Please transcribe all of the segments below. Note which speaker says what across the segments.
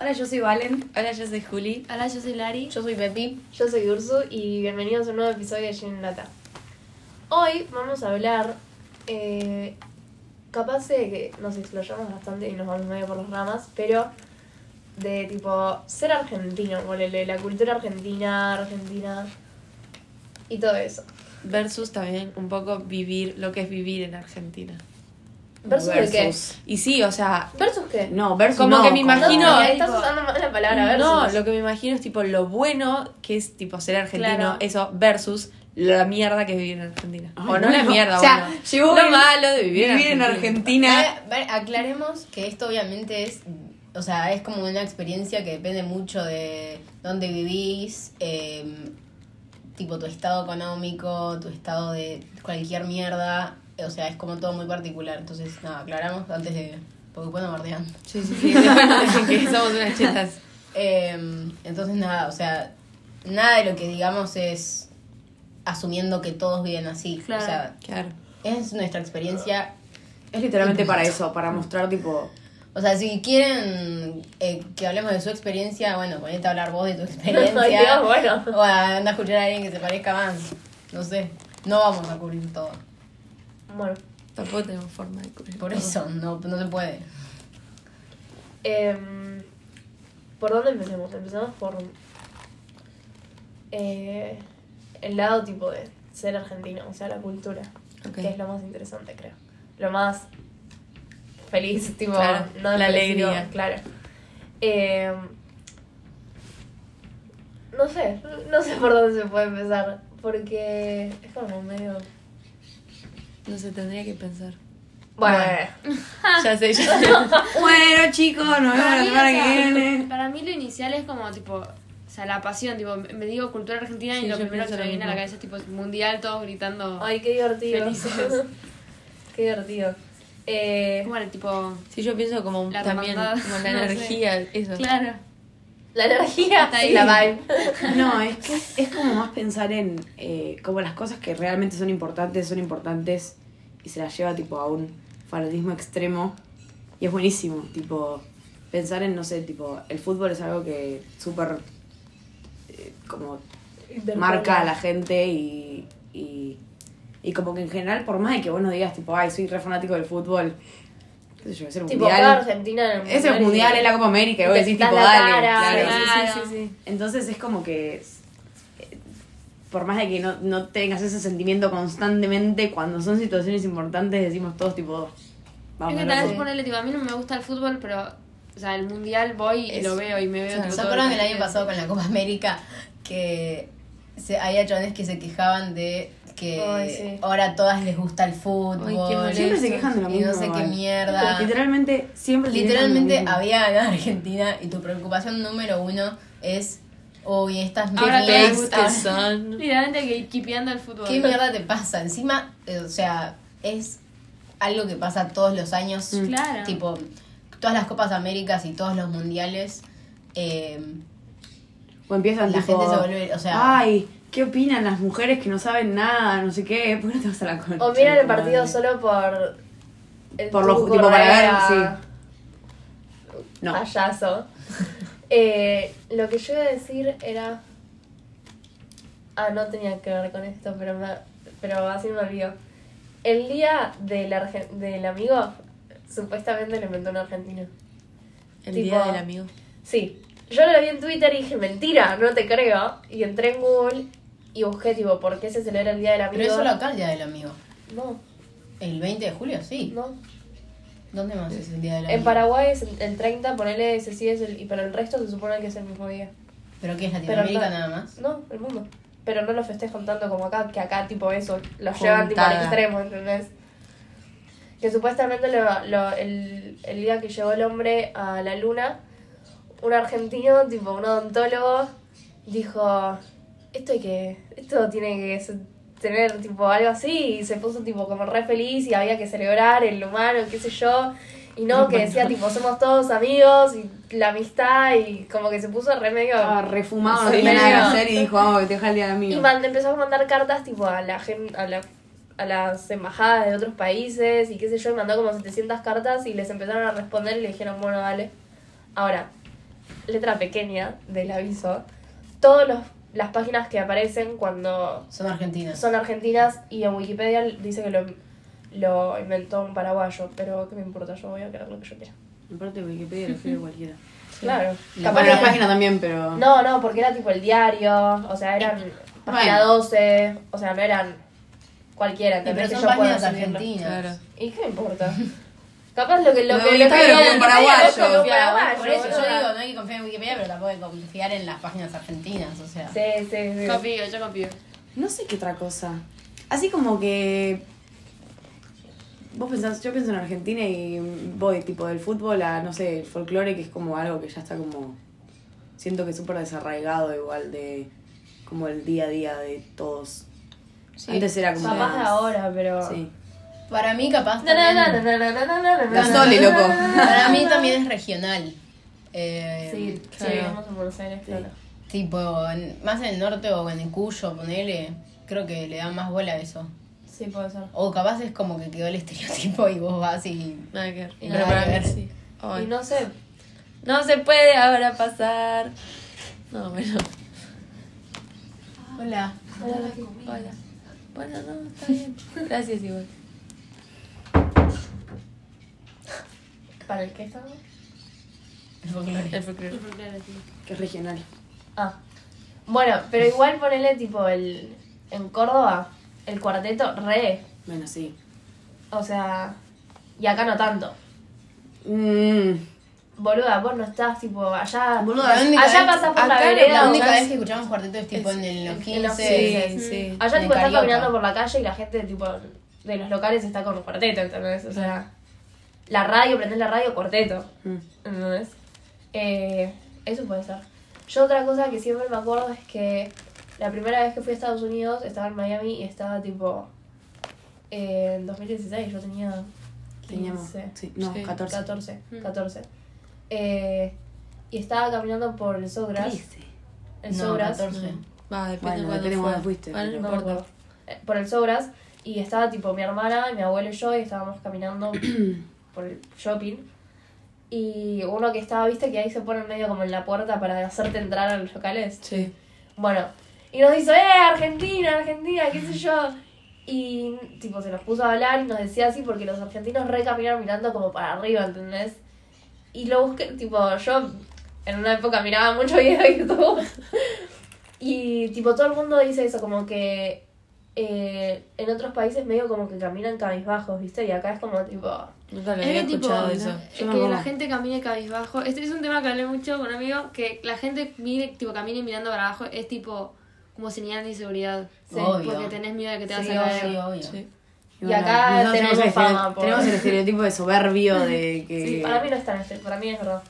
Speaker 1: Hola, yo soy Valen.
Speaker 2: Hola, yo soy Juli.
Speaker 3: Hola, yo soy Lari.
Speaker 4: Yo soy Pepi. Yo soy Ursu y bienvenidos a un nuevo episodio de Gin Lata. Hoy vamos a hablar. eh, capaz de que nos explayamos bastante y nos vamos medio por las ramas, pero de tipo ser argentino, ponele, la cultura argentina, argentina y todo eso.
Speaker 2: Versus también un poco vivir lo que es vivir en Argentina.
Speaker 4: ¿Versus, de qué?
Speaker 1: Versus.
Speaker 2: Y sí, o sea,
Speaker 4: ¿Versus qué? Ah,
Speaker 1: No, versus
Speaker 2: Como
Speaker 1: no,
Speaker 2: que me imagino-
Speaker 4: No,
Speaker 2: no,
Speaker 4: mira, estás
Speaker 3: tipo-
Speaker 4: usando mal la palabra, versus.
Speaker 2: no, lo que me imagino es tipo lo bueno que es tipo ser argentino,
Speaker 3: Claro.
Speaker 2: eso, versus la mierda que es vivir en Argentina.
Speaker 1: Ay,
Speaker 2: o no
Speaker 1: bueno.
Speaker 2: la mierda,
Speaker 1: O sea,
Speaker 2: bueno.
Speaker 1: llevó
Speaker 2: lo
Speaker 1: el-
Speaker 2: malo de vivir,
Speaker 1: Vivir en Argentina.
Speaker 5: Eh, ver, aclaremos que esto obviamente es, o sea, es como una experiencia que depende mucho de dónde vivís, eh, tipo tu estado económico, tu estado de cualquier mierda, o sea, es como todo muy particular. Entonces, nada, aclaramos antes de... Porque bueno, bardean.
Speaker 2: Sí, sí, sí. después nos dicen que somos unas chetas.
Speaker 5: Eh, entonces, nada, o sea, nada de lo que digamos es asumiendo que todos viven así.
Speaker 3: Claro.
Speaker 5: O sea,
Speaker 2: Claro.
Speaker 5: es nuestra experiencia
Speaker 1: Es literalmente para eso, para mostrar tipo.
Speaker 5: O sea, si quieren eh, que hablemos de su experiencia, bueno, ponete a hablar vos de tu
Speaker 4: Ay, Dios,
Speaker 5: experiencia.
Speaker 4: bueno.
Speaker 5: o a- anda a escuchar a alguien que se parezca más. No sé. No vamos a cubrir todo.
Speaker 4: Bueno.
Speaker 2: Tampoco tenemos forma de cubrir.
Speaker 5: Por
Speaker 2: todo.
Speaker 5: eso, no, no se puede.
Speaker 4: Em, ¿Por dónde empecemos? Empezamos por eh, el lado tipo de ser argentino, o sea, la cultura,
Speaker 2: Ok.
Speaker 4: que es lo más interesante, creo. Lo más feliz, tipo,
Speaker 2: Claro, la
Speaker 4: depresivo,
Speaker 2: alegría.
Speaker 4: Claro. Em, no sé, no sé por dónde se puede empezar, porque es como medio...
Speaker 2: No se tendría que pensar.
Speaker 4: Bueno, Ah.
Speaker 2: Ya sé, ya sé.
Speaker 1: Bueno, chicos, nos vemos
Speaker 3: Para
Speaker 1: la
Speaker 3: mí,
Speaker 1: semana
Speaker 3: o sea,
Speaker 1: que viene.
Speaker 3: para mí lo inicial es como tipo, o sea, la pasión, tipo, me me digo cultura argentina
Speaker 2: Sí,
Speaker 3: y lo
Speaker 2: yo
Speaker 3: primero que
Speaker 2: pienso
Speaker 3: me
Speaker 2: lo
Speaker 3: viene a la
Speaker 2: mismo.
Speaker 3: cabeza es tipo mundial, todos gritando.
Speaker 4: ay, qué divertido.
Speaker 3: Felices.
Speaker 4: qué divertido. Eh,
Speaker 3: Bueno, tipo,
Speaker 2: Sí, yo pienso como
Speaker 3: La
Speaker 2: también
Speaker 3: hermandad,
Speaker 2: como la
Speaker 3: no sé.
Speaker 2: energía, eso.
Speaker 3: claro.
Speaker 4: La energía
Speaker 3: Está
Speaker 4: y
Speaker 3: ahí.
Speaker 4: la vibe.
Speaker 1: No, es que es, es como más pensar en eh, como las cosas que realmente son importantes, son importantes y se las lleva tipo a un fanatismo extremo y es buenísimo, tipo pensar en, no sé, tipo el fútbol es algo que súper eh, como marca a la gente y, y, y como que en general por más de que vos no digas tipo, ay, soy re fanático del fútbol, qué sé yo, es el
Speaker 4: Tipo, juega
Speaker 1: mundial.
Speaker 4: Argentina en el
Speaker 1: Es el mundial,
Speaker 4: y-
Speaker 1: es la Copa América y vos
Speaker 4: te
Speaker 1: decís
Speaker 4: pintas
Speaker 1: tipo,
Speaker 4: la
Speaker 1: dale,
Speaker 4: cara,
Speaker 1: claro.
Speaker 3: sí,
Speaker 2: Claro.
Speaker 3: sí, sí,
Speaker 1: Entonces es como que es- eh, por más de que no, no tengas ese sentimiento constantemente, cuando son situaciones importantes decimos todos tipo,
Speaker 3: Es
Speaker 1: vamos
Speaker 3: que
Speaker 1: a
Speaker 3: tal vez
Speaker 5: sí.
Speaker 3: ponerle, tipo, a mí no me gusta el fútbol, pero, o sea, el mundial voy y
Speaker 2: Es-
Speaker 3: lo veo y me veo.
Speaker 2: claro.
Speaker 3: tipo,
Speaker 5: ¿Se
Speaker 3: todo
Speaker 5: acuerdan el
Speaker 3: partido.
Speaker 5: año pasado con la Copa América que se, había chavales que se quejaban de que
Speaker 4: Ay, sí.
Speaker 5: ahora a todas les gusta el fútbol?
Speaker 2: Ay, qué molesto.
Speaker 1: Siempre se quejan de lo
Speaker 5: y
Speaker 1: mismo.
Speaker 5: no sé qué
Speaker 1: igual.
Speaker 5: mierda.
Speaker 1: Literalmente siempre se quejan de lo
Speaker 5: Literalmente
Speaker 1: mismo.
Speaker 5: había ganado Argentina y tu preocupación número uno es, uy, estas
Speaker 3: Ahora
Speaker 2: Qué
Speaker 3: te
Speaker 5: mierdas,
Speaker 2: gays
Speaker 5: ahora-
Speaker 2: que son.
Speaker 3: Literalmente gatekeepeando el fútbol.
Speaker 5: ¿qué mierda te pasa? Encima, eh, o sea, es algo que pasa todos los años,
Speaker 1: Mm.
Speaker 3: Claro.
Speaker 5: tipo, todas las Copas Américas y todos los mundiales, eh,
Speaker 1: O empiezan
Speaker 5: la
Speaker 1: tipo,
Speaker 5: gente se vuelve, o sea,
Speaker 1: ay, ¿qué opinan las mujeres que no saben nada, no sé qué? ¿Por qué no te vas a la concha?
Speaker 4: O miran el
Speaker 1: de tu
Speaker 4: partido
Speaker 1: madre?
Speaker 4: solo por. El
Speaker 1: Por lo ju-
Speaker 4: turco,
Speaker 1: tipo, para ver,
Speaker 4: Herrera,
Speaker 1: No.
Speaker 4: Ah, Payaso. Eh, lo que yo iba a decir era. Ah, no tenía que ver con esto, pero, me- pero así me olvidó. El día del, argen- del amigo, supuestamente lo inventó un argentino.
Speaker 2: El
Speaker 4: Tipo-
Speaker 2: día del amigo.
Speaker 4: Sí. Yo lo vi en Twitter y dije, mentira, no te creo. Y entré en Google y busqué, tipo, ¿por qué se celebra el Día del Amigo?
Speaker 5: pero eso lo acá el Día del Amigo.
Speaker 4: No,
Speaker 5: El 20 de julio, sí.
Speaker 4: no.
Speaker 5: ¿Dónde más es el Día del Amigo?
Speaker 4: En Paraguay es el el 30, ponele ese sí es el... Y para el resto se supone que es el mismo día.
Speaker 5: ¿Pero qué es
Speaker 4: Pero
Speaker 5: Latinoamérica
Speaker 4: no.
Speaker 5: nada más?
Speaker 4: No, el mundo. Pero no lo festejan tanto como acá, que acá, tipo, eso, lo llevan,
Speaker 2: Juntada.
Speaker 4: tipo, al extremo, ¿entendés? Que supuestamente lo- lo- el, el día que llegó el hombre a la luna, un argentino, tipo, un odontólogo, dijo, esto hay que, esto tiene que se- tener tipo algo así y se puso tipo como re feliz y había que celebrar el humano, qué sé yo, y no, que decía tipo somos todos amigos y la amistad y como que se puso re medio...
Speaker 1: Estaba refumado, Ah, no
Speaker 4: Sí.
Speaker 1: tenía nada que
Speaker 4: Medio.
Speaker 1: hacer y dijo, vamos, que te deja el día del
Speaker 4: Y
Speaker 1: amigo.
Speaker 4: man- empezó a mandar cartas tipo a la gen- a la a las embajadas de otros países y qué sé yo, y mandó como 700 cartas y les empezaron a responder y le dijeron, bueno, dale. Ahora, letra pequeña del aviso, todas las páginas que aparecen cuando
Speaker 5: Son argentinas.
Speaker 4: son argentinas y en Wikipedia dice que lo, lo inventó un paraguayo, pero ¿qué me importa? Yo voy a creer lo que yo quiera.
Speaker 1: Aparte Wikipedia lo escribe cualquiera.
Speaker 4: Claro.
Speaker 5: Y
Speaker 4: Capaz
Speaker 1: Bueno, la
Speaker 4: que-
Speaker 1: página también, pero...
Speaker 4: No, no, porque era tipo el diario, o sea, eran página 12, o sea, no eran cualquiera,
Speaker 5: Y pero
Speaker 4: ¿entendés?
Speaker 5: son
Speaker 4: Que yo pueda
Speaker 5: páginas
Speaker 4: asumirlo.
Speaker 5: argentinas.
Speaker 2: Claro.
Speaker 4: ¿Y qué importa? Capaz lo que lo
Speaker 1: No,
Speaker 4: que
Speaker 1: Wikipedia
Speaker 4: que-
Speaker 1: lo vio un
Speaker 4: que-
Speaker 1: paraguayo.
Speaker 4: lo que vio un paraguayo,
Speaker 5: Por eso yo
Speaker 4: boluda.
Speaker 5: digo, no hay que confiar en Wikipedia, pero tampoco hay que confiar en las páginas argentinas, o sea.
Speaker 4: Sí, sí, sí.
Speaker 3: Confío, yo confío.
Speaker 1: No sé qué otra cosa. Así como que. Vos pensás, yo pienso en Argentina y voy tipo del fútbol a, no sé, el folclore, que es como algo que ya está como. Siento que es súper desarraigado, igual de. como el día a día de todos. Antes era como.
Speaker 4: Capaz
Speaker 1: más-
Speaker 4: ahora, pero.
Speaker 1: Sí.
Speaker 5: Para mí capaz
Speaker 4: No, no,
Speaker 5: también-
Speaker 4: no, no, no, no, no, no, no,
Speaker 1: La
Speaker 4: no,
Speaker 1: Sole,
Speaker 4: no, no,
Speaker 1: loco.
Speaker 4: no, no, no.
Speaker 5: Para mí también es regional. Eh,
Speaker 4: Sí, sí,
Speaker 2: Claro.
Speaker 4: vamos a Buenos Aires, claro.
Speaker 5: Tipo, en- más en el norte o en el Cuyo, ponele, creo que le dan más bola a eso.
Speaker 4: Sí, puede ser.
Speaker 5: O capaz es como que quedó el estereotipo y vos vas y...
Speaker 2: Nada que ver.
Speaker 5: Y
Speaker 2: Pero
Speaker 5: nada
Speaker 2: para
Speaker 5: que
Speaker 2: mí
Speaker 5: ver.
Speaker 2: sí. Ay.
Speaker 4: Y no sé,
Speaker 2: No se puede ahora pasar. No, bueno.
Speaker 5: Hola.
Speaker 2: Hola. Bueno, no, está bien. Gracias igual.
Speaker 4: ¿para el qué estamos?
Speaker 2: El folclore.
Speaker 1: Que es regional.
Speaker 4: Ah. Bueno, pero igual ponele tipo el. En Córdoba, el cuarteto re.
Speaker 1: Bueno, sí.
Speaker 4: O sea. Y acá no tanto.
Speaker 1: Mm,
Speaker 4: Boluda, vos no estás tipo allá.
Speaker 5: Boluda, la única
Speaker 4: allá
Speaker 5: vez-
Speaker 4: pasás por la
Speaker 2: acá
Speaker 4: vereda.
Speaker 5: La
Speaker 4: o
Speaker 5: única
Speaker 4: sea,
Speaker 5: vez que escuchamos cuarteto es tipo en, el- los
Speaker 4: en
Speaker 5: 15.
Speaker 4: los
Speaker 2: Sí,
Speaker 4: quince.
Speaker 2: sí.
Speaker 4: Allá
Speaker 5: de
Speaker 4: tipo estás
Speaker 5: Carioca.
Speaker 4: caminando por la calle y la gente tipo de los locales está con cuarteto, ¿entendés? O sea, la radio, prendés la radio, cuarteto.
Speaker 1: mm.
Speaker 4: ¿Entendés? Eh, eso puede ser. Yo otra cosa que siempre me acuerdo es que la primera vez que fui a Estados Unidos estaba en Miami y estaba tipo... eh, en 2016 yo tenía... 15,
Speaker 1: Teníamos. Sí, no,
Speaker 2: Sí,
Speaker 1: 14.
Speaker 4: 14.
Speaker 3: Mm.
Speaker 4: 14. Eh, y estaba caminando por el Sogras.
Speaker 1: 13.
Speaker 4: El
Speaker 5: No,
Speaker 4: Sogras.
Speaker 5: 14.
Speaker 2: Va, depende
Speaker 1: Bueno,
Speaker 2: de cuándo
Speaker 1: depende
Speaker 2: fue.
Speaker 1: cuándo fuiste,
Speaker 2: Bueno,
Speaker 1: pero-
Speaker 2: no
Speaker 4: No me
Speaker 2: importa.
Speaker 4: acuerdo. Eh, por el Sobras y estaba tipo mi hermana, mi abuelo y yo y estábamos caminando por el shopping y uno que estaba, viste que ahí se pone medio como en la puerta para hacerte entrar a los locales.
Speaker 2: Sí.
Speaker 4: Bueno, y nos hizo, eh, Argentina, Argentina, qué sé yo. Y tipo se nos puso a hablar y nos decía así porque los argentinos re caminan mirando como para arriba, ¿entendés? Y lo busqué, tipo, yo en una época miraba mucho video de YouTube. Y tipo todo el mundo dice eso, como que eh, en otros países medio como que caminan cabizbajos, ¿viste? Y acá es como tipo...
Speaker 2: Nunca lo
Speaker 3: Es
Speaker 2: había
Speaker 3: que, tipo,
Speaker 2: escuchado
Speaker 3: no,
Speaker 2: eso.
Speaker 3: es
Speaker 1: Yo me
Speaker 3: que
Speaker 1: acuerdo.
Speaker 3: la gente camine cabizbajo. Este es un tema que hablé mucho con un amigo, que la gente mire, tipo, camine mirando para abajo, es tipo como señal de inseguridad.
Speaker 5: Sí. Obvio.
Speaker 3: Porque tenés miedo de que te vas
Speaker 4: Sí,
Speaker 3: a caer.
Speaker 5: Sí, obvio.
Speaker 2: Sí.
Speaker 4: Y acá
Speaker 1: nosotros
Speaker 4: tenemos
Speaker 1: el estere-
Speaker 4: fama por-
Speaker 1: Tenemos el estereotipo de soberbio, de que.
Speaker 4: Sí, para mí no es tan este, para mí es verdad.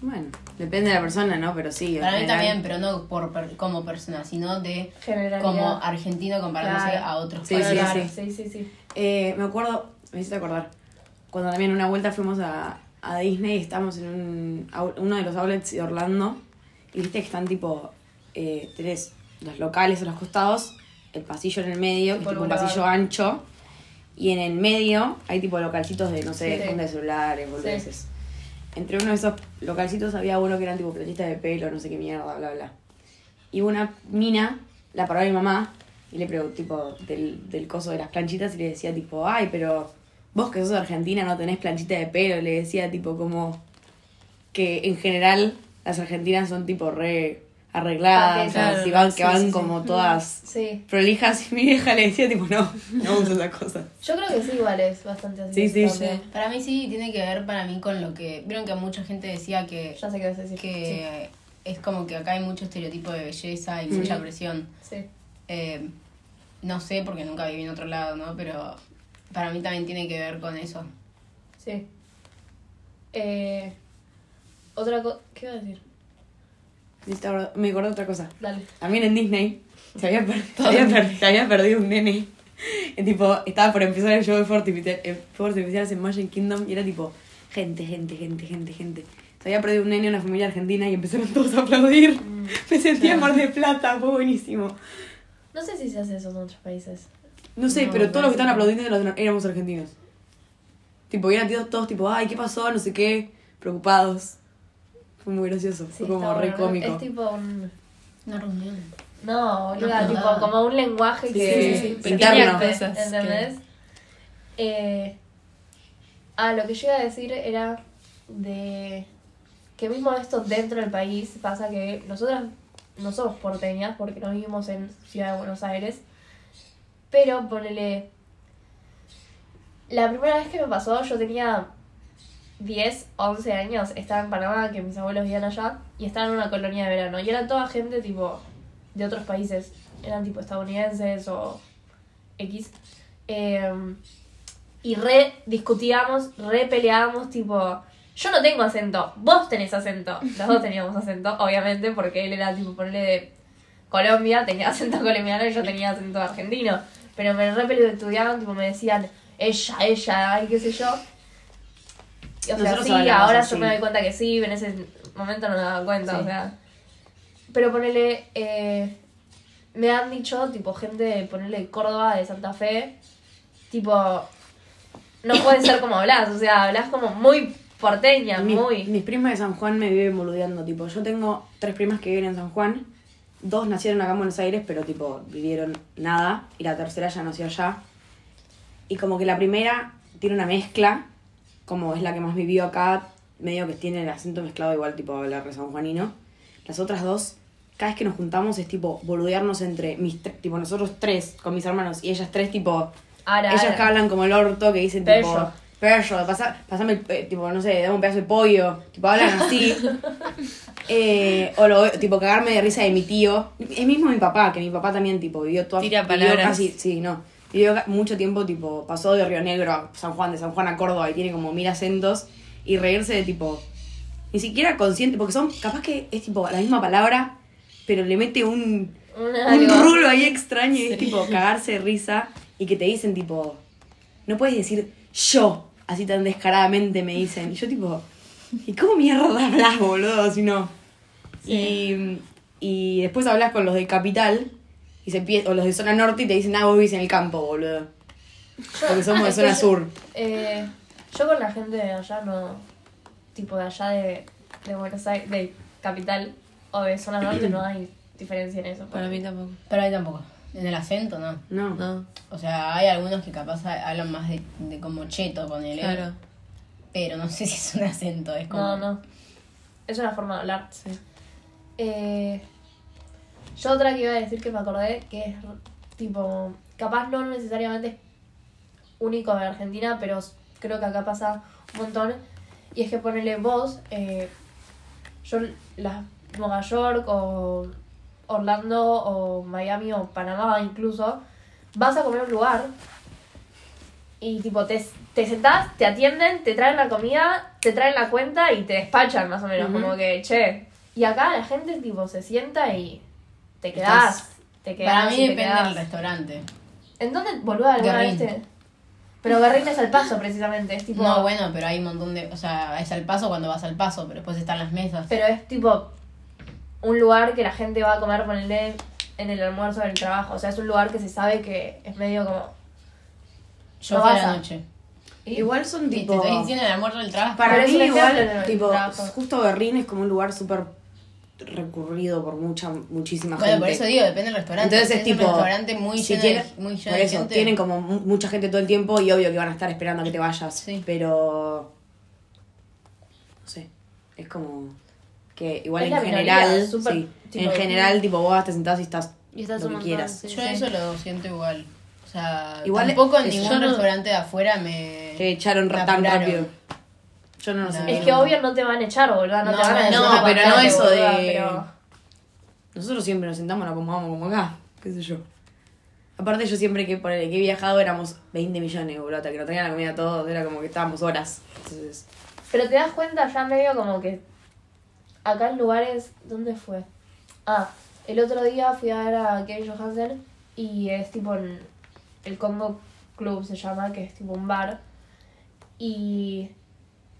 Speaker 1: Bueno, depende de la persona, ¿no? Pero sí. en
Speaker 5: Para mí
Speaker 1: general.
Speaker 5: también, pero no por, per- como persona, sino de
Speaker 4: Generalidad.
Speaker 5: como argentino comparándose
Speaker 4: Claro.
Speaker 5: a otros
Speaker 1: Sí,
Speaker 5: países.
Speaker 1: sí,
Speaker 4: Claro,
Speaker 1: sí.
Speaker 4: sí, sí, sí.
Speaker 1: Eh, me acuerdo, me hiciste acordar, cuando también una vuelta fuimos a, a Disney y estábamos en un, out- uno de los outlets de Orlando y viste que están tipo, eh, tenés los locales a los costados, el pasillo en el medio, que es
Speaker 4: Por
Speaker 1: tipo un
Speaker 4: boulevard.
Speaker 1: pasillo ancho, y en el medio hay tipo localcitos de, no sé,
Speaker 4: Sí.
Speaker 1: fonda de celulares, boludeces. Entre uno de esos localcitos había uno que eran tipo platistas de pelo, no sé qué mierda, bla, bla. Y una mina la paró a mi mamá y le preguntó, tipo, del, del coso de las planchitas y le decía, tipo, ay, pero vos que sos argentina no tenés planchita de pelo. Le decía, tipo, como que en general las argentinas son, tipo, re arregladas, o sea,
Speaker 2: Claro,
Speaker 1: si van,
Speaker 2: sí,
Speaker 1: que van
Speaker 2: sí, sí.
Speaker 1: como todas
Speaker 4: Sí.
Speaker 1: prolijas. Y mi vieja le decía, tipo, no, no uso esas cosas.
Speaker 4: Yo creo que sí, igual es bastante así.
Speaker 1: Sí, sí,
Speaker 4: también.
Speaker 5: Para mí sí tiene que ver para mí con lo que. Vieron que mucha gente decía que,
Speaker 4: Ya sé qué vas a decir.
Speaker 5: que es como que acá hay mucho estereotipo de belleza y mucha presión.
Speaker 4: Sí. sí.
Speaker 5: Eh, no sé porque nunca viví en otro lado, ¿no? Pero para mí también tiene que ver con eso.
Speaker 4: Sí. Eh, otra cosa. ¿Qué iba a decir?
Speaker 1: Me acordé- Me acordé de otra cosa.
Speaker 4: Dale.
Speaker 1: También en Disney se había, per- se había per- se había perdido un nene. Y, tipo, estaba por empezar el show de Fuegos Artificial- eh, Fuegos Artificiales en Magic Kingdom y era tipo, gente, gente, gente, gente, gente. Se había perdido un nene en una familia argentina y empezaron todos a aplaudir.
Speaker 4: Mm,
Speaker 1: Me sentía en Mar de Plata, fue buenísimo.
Speaker 4: No sé si se hace eso en otros países.
Speaker 1: No sé,
Speaker 5: No,
Speaker 1: pero todos los que
Speaker 5: no.
Speaker 1: estaban aplaudiendo eran- éramos argentinos. Tipo, y eran tíos todos tipo, ay, ¿qué pasó? No sé qué. Preocupados. Fue Fue muy gracioso.
Speaker 4: Sí,
Speaker 1: fue como
Speaker 4: está
Speaker 1: re
Speaker 4: bueno, Este ¿no?
Speaker 1: cómico.
Speaker 4: Es tipo un.
Speaker 5: Una reunión.
Speaker 4: No, boluda,
Speaker 5: No,
Speaker 4: tipo
Speaker 5: no.
Speaker 4: como un lenguaje
Speaker 1: Sí,
Speaker 4: que.
Speaker 1: sí, sí, sí.
Speaker 4: se
Speaker 1: Interno.
Speaker 4: pierde,
Speaker 2: Cosas que-
Speaker 4: ¿Entendés? Eh, ah, lo que yo iba a decir era de que mismo esto dentro del país pasa que nosotras no somos porteñas porque no vivimos en Ciudad de Buenos Aires, pero ponele... La primera vez que me pasó yo tenía 10, 11 años, estaba en Panamá, que mis abuelos vivían allá, y estaba en una colonia de verano, y era toda gente tipo de otros países, eran tipo estadounidenses o X. Eh, y re discutíamos, re peleábamos, tipo, yo no tengo acento, vos tenés acento. Los dos teníamos acento, obviamente, porque él era tipo, ponle de Colombia, tenía acento colombiano y yo tenía acento argentino. Pero me re peleé, estudiaban, tipo, me decían, ella, ella, y qué sé yo. Y, o sea,
Speaker 1: Nosotros
Speaker 4: sí,
Speaker 1: hablamos
Speaker 4: ahora
Speaker 1: así.
Speaker 4: yo me doy cuenta que sí, pero en ese momento no me daba cuenta, o sea. Pero ponele, eh, me han dicho, tipo, gente de ponerle Córdoba, de Santa Fe, tipo, no puede ser como hablas, o sea, hablas como muy porteña,
Speaker 1: Mis,
Speaker 4: muy.
Speaker 1: mis primas de San Juan me viven boludeando, tipo, yo tengo tres primas que viven en San Juan, dos nacieron acá en Buenos Aires, pero tipo, vivieron nada, y la tercera ya nació allá. Y como que la primera tiene una mezcla, como es la que más vivió acá, medio que tiene el acento mezclado igual, tipo, hablar de sanjuanino. Las otras dos, cada vez que nos juntamos es tipo boludearnos entre mis tre- tipo nosotros tres con mis hermanos y ellas tres tipo
Speaker 4: Ara,
Speaker 1: ellas
Speaker 4: ara.
Speaker 1: que hablan como el orto, que dicen tipo.
Speaker 4: Perro.
Speaker 1: Perro, pasa, pasame el. pe- Tipo, no sé, dame un pedazo de pollo. Tipo, hablan así. Eh, o lo, tipo, cagarme de risa de mi tío. Es mismo mi papá, que mi papá también, tipo, vivió toda.
Speaker 2: Tira
Speaker 1: vivió
Speaker 2: palabras.
Speaker 1: casi- sí, no. Vivió ca- mucho tiempo, tipo, pasó de Río Negro a San Juan, de San Juan a Córdoba y tiene como mil acentos. Y reírse de tipo. Ni siquiera consciente, porque son. Capaz que es tipo la misma palabra, pero le mete un
Speaker 4: Un
Speaker 5: Ah,
Speaker 1: un
Speaker 4: algo.
Speaker 1: rulo ahí extraño y es tipo cagarse de risa y que te dicen tipo, no puedes decir yo, así tan descaradamente me dicen. Y yo tipo, ¿y cómo mierda hablas, boludo? Si no. Y, y después hablas con los de Capital y se pie- o los de zona norte y te dicen, ah, vos vivís en el campo, boludo. Porque somos de
Speaker 4: Es que
Speaker 1: zona
Speaker 4: yo-
Speaker 1: sur.
Speaker 4: Eh, yo con la gente de allá no. Tipo de allá de, de Buenos Aires, de Capital o de Zona Norte no hay diferencia en eso.
Speaker 2: Para mí tampoco.
Speaker 5: Pero ahí tampoco. En el acento, no.
Speaker 1: No.
Speaker 2: No,
Speaker 5: O sea, hay algunos que capaz ha- hablan más de, de como cheto con el
Speaker 2: claro.
Speaker 5: Pero no sé si es un acento, es como.
Speaker 4: No, no. Es una forma de hablar.
Speaker 2: Sí.
Speaker 4: Eh, yo otra que iba a decir que me acordé, que es tipo, capaz no necesariamente es único de Argentina, pero s- creo que acá pasa un montón. Y es que ponerle voz, eh, yo las Nueva York o Orlando o Miami o Panamá incluso, vas a comer a un lugar y tipo te, te sentás, te atienden, te traen la comida, te traen la cuenta y te despachan más o menos,
Speaker 1: Ujú.
Speaker 4: como que che. Y acá la gente tipo se sienta y te quedás,
Speaker 5: Estás-
Speaker 4: te quedás.
Speaker 5: Para mí
Speaker 4: y te
Speaker 5: depende
Speaker 4: quedás.
Speaker 5: del restaurante.
Speaker 4: ¿En dónde boluda alguna vez te-
Speaker 5: Guerrín.
Speaker 4: Pero Guerrín es al paso precisamente, es tipo
Speaker 5: No, bueno, pero hay un montón de. O sea, es al paso cuando vas al paso, pero después están las mesas.
Speaker 4: Pero es tipo un lugar que la gente va a comer, ponerle en el almuerzo del trabajo. O sea, es un lugar que se sabe que es medio como.
Speaker 5: Yo
Speaker 4: no
Speaker 5: fui a
Speaker 4: vas
Speaker 5: la
Speaker 4: a-
Speaker 5: noche.
Speaker 1: Igual son
Speaker 5: Y
Speaker 1: tipo...
Speaker 5: Te estoy diciendo el almuerzo del trabajo.
Speaker 1: Para
Speaker 4: Pero es
Speaker 1: mí
Speaker 4: un ejemplo
Speaker 1: igual,
Speaker 4: del
Speaker 1: tipo,
Speaker 4: trabajo.
Speaker 1: justo Berlín es como un lugar súper recurrido por mucha, muchísima
Speaker 5: Bueno,
Speaker 1: gente.
Speaker 5: por eso digo, depende del restaurante.
Speaker 1: Entonces es
Speaker 5: Si
Speaker 1: tipo...
Speaker 5: un restaurante muy
Speaker 1: si
Speaker 5: lleno,
Speaker 1: tiene-
Speaker 5: de, muy lleno
Speaker 1: por
Speaker 5: de
Speaker 1: eso,
Speaker 5: gente.
Speaker 1: tienen como mu- mucha gente todo el tiempo y obvio que van a estar esperando a que te vayas.
Speaker 5: Sí.
Speaker 1: Pero... No sé, es como... Que igual
Speaker 4: Es
Speaker 1: en
Speaker 4: la minoría,
Speaker 1: general,
Speaker 4: es súper,
Speaker 1: sí,
Speaker 4: tipo-
Speaker 1: en general, tipo, vos te sentás y estás
Speaker 3: Y estás
Speaker 1: lo
Speaker 3: un
Speaker 1: que
Speaker 3: montón,
Speaker 1: quieras.
Speaker 3: sí.
Speaker 5: Yo eso lo siento igual. O sea,
Speaker 1: Igual
Speaker 5: tampoco en
Speaker 1: es-
Speaker 5: ningún
Speaker 1: yo no-
Speaker 5: restaurante de afuera me.
Speaker 1: Te echaron
Speaker 5: me
Speaker 1: tan
Speaker 5: apuraron.
Speaker 1: rápido. Yo no lo sé.
Speaker 4: Es que obvio no te van a echar, boluda, no,
Speaker 5: No,
Speaker 4: te van a
Speaker 5: no,
Speaker 4: decir
Speaker 5: no,
Speaker 4: una
Speaker 5: pero
Speaker 4: patada,
Speaker 5: no eso
Speaker 4: boluda,
Speaker 1: de-
Speaker 4: pero-
Speaker 1: Nosotros siempre nos sentamos, nos acomodamos como acá, qué sé yo. Aparte yo siempre que ponele, que he viajado éramos 20 millones, boludo, hasta que nos traían la comida a todos, era como que estábamos horas. Entonces,
Speaker 4: Pero te das cuenta ya medio como que acá en lugares, ¿dónde fue? Ah, el otro día fui a ver a Kevin Johansen y es tipo en el Congo Club se llama, que es tipo un bar. Y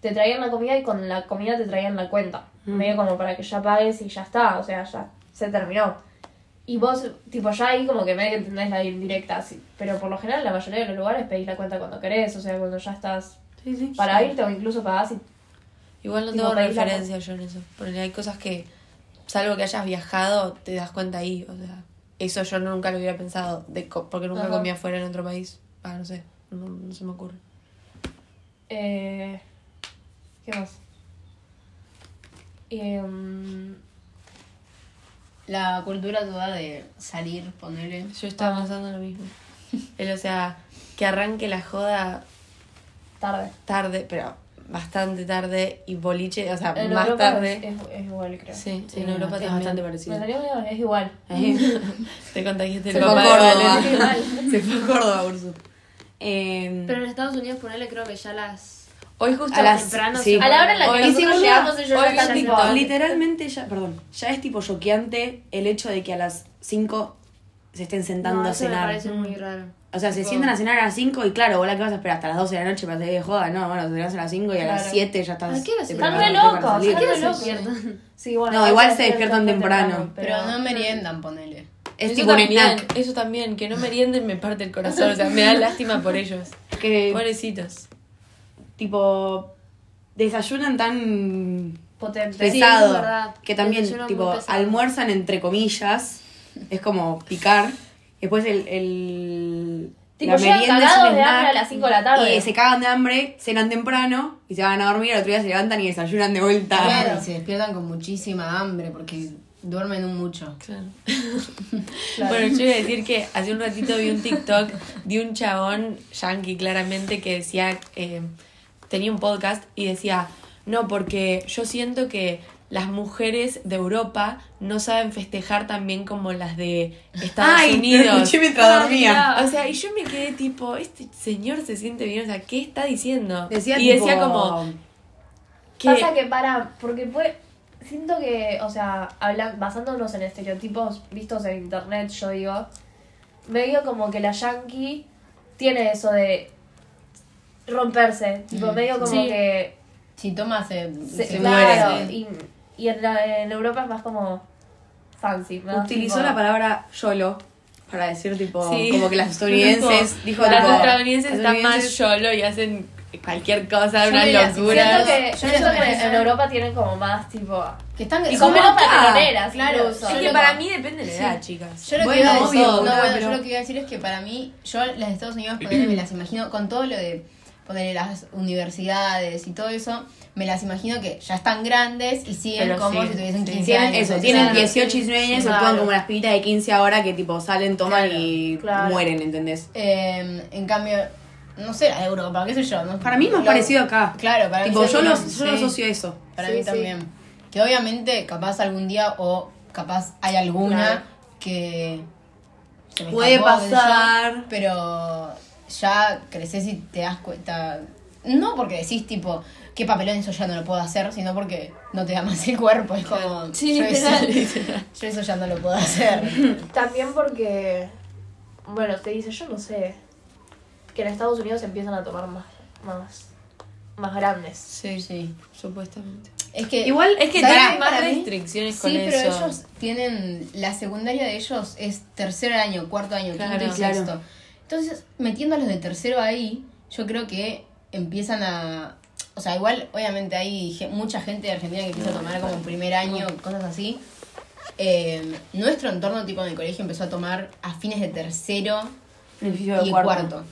Speaker 4: te traían la comida y con la comida te traían la cuenta. Medio como para que ya pagues y ya está, o sea, ya se terminó. Y vos, tipo, ya ahí como que medio que entendés la indirecta, así. pero por lo general la mayoría de los lugares pedís la cuenta cuando querés, o sea, cuando ya estás para irte o incluso pagás y
Speaker 2: Igual no
Speaker 4: Tipo,
Speaker 2: tengo
Speaker 4: país largo.
Speaker 2: referencia yo en eso. Porque hay cosas que, salvo que hayas viajado, te das cuenta ahí. O sea, eso yo nunca lo hubiera pensado. De co- porque nunca
Speaker 4: Ajá.
Speaker 2: comía afuera en otro país. Ah, no sé. No, no se me ocurre.
Speaker 4: Eh, ¿Qué más? Em,
Speaker 5: La cultura toda de salir, ponerle.
Speaker 2: Yo estaba
Speaker 1: Ah.
Speaker 2: pensando lo mismo. El, o sea, que arranque la joda
Speaker 4: tarde.
Speaker 2: tarde, pero bastante tarde. Y boliche, o sea,
Speaker 4: En
Speaker 2: Ah, más
Speaker 4: Europa
Speaker 2: tarde.
Speaker 4: Es, es- es igual, creo.
Speaker 2: Sí,
Speaker 1: Sí,
Speaker 2: en Europa
Speaker 1: es
Speaker 2: también.
Speaker 1: bastante parecido.
Speaker 4: Me daría miedo, es igual.
Speaker 2: Te contagiaste
Speaker 1: Se
Speaker 2: el
Speaker 1: fue a
Speaker 2: papá de
Speaker 1: Córdoba.
Speaker 2: Valen.
Speaker 1: Se fue a Córdoba, Ursu. Eh,
Speaker 3: Pero en Estados Unidos, ponerle creo que ya las.
Speaker 2: Hoy justo
Speaker 1: a las
Speaker 3: temprano,
Speaker 1: sí.
Speaker 3: sí.
Speaker 4: A la hora en la que
Speaker 1: Hoy-
Speaker 4: nosotros
Speaker 1: y boluda,
Speaker 4: llegamos, ellos ya
Speaker 1: hoy vi
Speaker 4: están
Speaker 1: TikTok,
Speaker 4: tipo-
Speaker 1: literalmente ya, perdón, ya es tipo choqueante el hecho de que a las 5 se estén sentando
Speaker 3: No,
Speaker 1: a
Speaker 3: eso me
Speaker 1: cenar.
Speaker 3: parece muy raro.
Speaker 1: O sea, se sientan a cenar a las 5 y claro, vos la que vas a esperar hasta las 12 de la noche para salir de joda, no, bueno, cenás a las 5 y a las
Speaker 4: Claro.
Speaker 1: 7 ya estás
Speaker 3: ¿A qué hora se-
Speaker 1: te
Speaker 4: Están
Speaker 1: preparando
Speaker 4: re
Speaker 1: para
Speaker 4: locos,
Speaker 1: salir.
Speaker 4: están re
Speaker 3: Se
Speaker 4: locos.
Speaker 3: despiertan.
Speaker 4: Sí, bueno,
Speaker 1: No,
Speaker 4: a
Speaker 1: igual
Speaker 4: veces
Speaker 1: se despiertan temprano.
Speaker 5: Pero no meriendan, ponele.
Speaker 1: Es
Speaker 2: Eso
Speaker 1: tipo un
Speaker 2: también,
Speaker 1: snack.
Speaker 2: Eso también, que no merienden me parte el corazón. O sea, me da lástima por ellos.
Speaker 1: Que
Speaker 2: Pobrecitos.
Speaker 1: tipo desayunan tan
Speaker 4: Potente.
Speaker 3: Sí, eso es
Speaker 1: pesado
Speaker 3: verdad.
Speaker 1: que también
Speaker 3: Desayunan muy
Speaker 1: tipo
Speaker 3: pesado.
Speaker 1: almuerzan entre comillas, es como picar. Después el, el
Speaker 4: Tipo, llegan cagados de hambre a las 5 de la tarde.
Speaker 1: y se cagan de hambre, cenan temprano y se van a dormir, al otro día se levantan y desayunan de vuelta.
Speaker 5: Claro, y se despiertan con muchísima hambre porque duermen un mucho.
Speaker 2: Bueno, yo iba a decir que hace un ratito vi un TikTok de un chabón yankee, claramente, que decía. eh, tenía un podcast y decía: No, porque yo siento que las mujeres de Europa no saben festejar tan bien como las de Estados
Speaker 1: Ay, lo
Speaker 2: Unidos.
Speaker 1: escuché mientras
Speaker 4: Ah,
Speaker 1: dormía.
Speaker 4: mirá.
Speaker 2: O sea, y yo me quedé tipo, este señor se siente bien, o sea, ¿qué está diciendo?
Speaker 1: Decía
Speaker 2: y
Speaker 1: tipo,
Speaker 2: decía como que
Speaker 4: Pasa que para, porque puede, siento que, o sea, hablan, basándonos en estereotipos vistos en internet, yo digo, medio como que la yankee tiene eso de romperse, tipo,
Speaker 5: Mm,
Speaker 4: medio como
Speaker 3: sí.
Speaker 4: que...
Speaker 5: Si tomas, se,
Speaker 4: se-
Speaker 5: se
Speaker 4: claro,
Speaker 5: muere.
Speaker 4: y, y en, la- en Europa es más como fancy, ¿no?
Speaker 1: utilizó
Speaker 4: Tipo,
Speaker 1: la palabra YOLO para decir tipo
Speaker 2: Sí.
Speaker 1: como que las estadounidenses
Speaker 2: Tipo,
Speaker 1: dijo
Speaker 2: las
Speaker 1: tipo,
Speaker 2: estadounidenses están más
Speaker 1: estadounidenses-
Speaker 2: solo y hacen cualquier cosa,
Speaker 5: Yo
Speaker 2: una
Speaker 5: diría, si
Speaker 2: locura.
Speaker 4: Siento que,
Speaker 5: Yo
Speaker 4: siento
Speaker 5: les
Speaker 4: que en,
Speaker 5: ofrecer-
Speaker 4: Europa tienen como más, tipo...
Speaker 5: Que están
Speaker 4: Y
Speaker 5: que
Speaker 4: con
Speaker 5: son-
Speaker 4: menos
Speaker 1: acá.
Speaker 4: patroneras,
Speaker 5: Claro,
Speaker 4: incluso.
Speaker 5: yo
Speaker 2: Es que
Speaker 5: Solo
Speaker 2: para
Speaker 5: no.
Speaker 2: mí depende de la edad, chicas.
Speaker 5: Yo lo
Speaker 1: Bueno,
Speaker 5: que iba a decir,
Speaker 1: obvio,
Speaker 5: no,
Speaker 1: claro,
Speaker 5: bueno,
Speaker 1: pero-
Speaker 5: yo lo que iba a decir es que para mí, yo las de Estados Unidos ponele, me las imagino con todo lo de ponerle las universidades y todo eso, me las imagino que ya están grandes y siguen
Speaker 2: Pero
Speaker 5: como
Speaker 2: sí,
Speaker 5: si tuviesen
Speaker 2: sí.
Speaker 5: 15
Speaker 1: Tienen
Speaker 5: años.
Speaker 1: eso,
Speaker 5: o
Speaker 1: tienen
Speaker 5: sea,
Speaker 1: 18 y 19 años,
Speaker 4: Claro.
Speaker 1: actúan como las pibitas de 15 ahora que tipo salen, toman
Speaker 5: Claro,
Speaker 1: y
Speaker 4: claro.
Speaker 1: mueren, ¿entendés?
Speaker 5: eh, en cambio, no sé, la de Europa, qué sé yo. ¿no?
Speaker 1: Para mí más
Speaker 5: Lo-
Speaker 1: parecido acá.
Speaker 5: Claro, para
Speaker 1: tipo,
Speaker 5: mí
Speaker 1: yo,
Speaker 5: también,
Speaker 1: los, yo lo
Speaker 5: sí.
Speaker 1: asocio a eso.
Speaker 5: Para
Speaker 4: Sí,
Speaker 5: mí
Speaker 4: sí.
Speaker 5: también. Que obviamente, capaz algún día o capaz hay alguna
Speaker 4: Claro.
Speaker 5: que se me
Speaker 1: Puede
Speaker 5: escapó, qué sé yo,
Speaker 1: pasar.
Speaker 5: pero ya creces y te das cuenta. No porque decís, tipo, qué papelón eso ya no lo puedo hacer, sino porque no te da más el cuerpo. Es como.
Speaker 3: Sí,
Speaker 5: yo,
Speaker 3: literal.
Speaker 5: Eso, yo eso ya no lo puedo hacer.
Speaker 4: También porque, bueno, te dice, yo no sé, que en Estados Unidos empiezan a tomar más, más, más grandes.
Speaker 2: Sí,
Speaker 5: Sí.
Speaker 2: supuestamente.
Speaker 5: Es que.
Speaker 1: Igual
Speaker 2: Es que
Speaker 5: ¿Sabes
Speaker 2: tienen
Speaker 5: qué?
Speaker 2: más
Speaker 5: Para mí-
Speaker 2: restricciones con
Speaker 5: Sí, pero
Speaker 2: eso.
Speaker 5: ellos tienen. La secundaria de ellos es tercer año, cuarto año,
Speaker 2: Claro.
Speaker 5: quinto y
Speaker 1: Claro.
Speaker 5: sexto. Entonces, metiendo a los de tercero ahí, yo creo que empiezan a. O sea, igual, obviamente, hay ge- mucha gente de Argentina que empieza a tomar como primer año, cosas así. Eh, nuestro entorno, tipo en el colegio, empezó a tomar a fines de tercero
Speaker 1: Principio de
Speaker 5: y cuarto.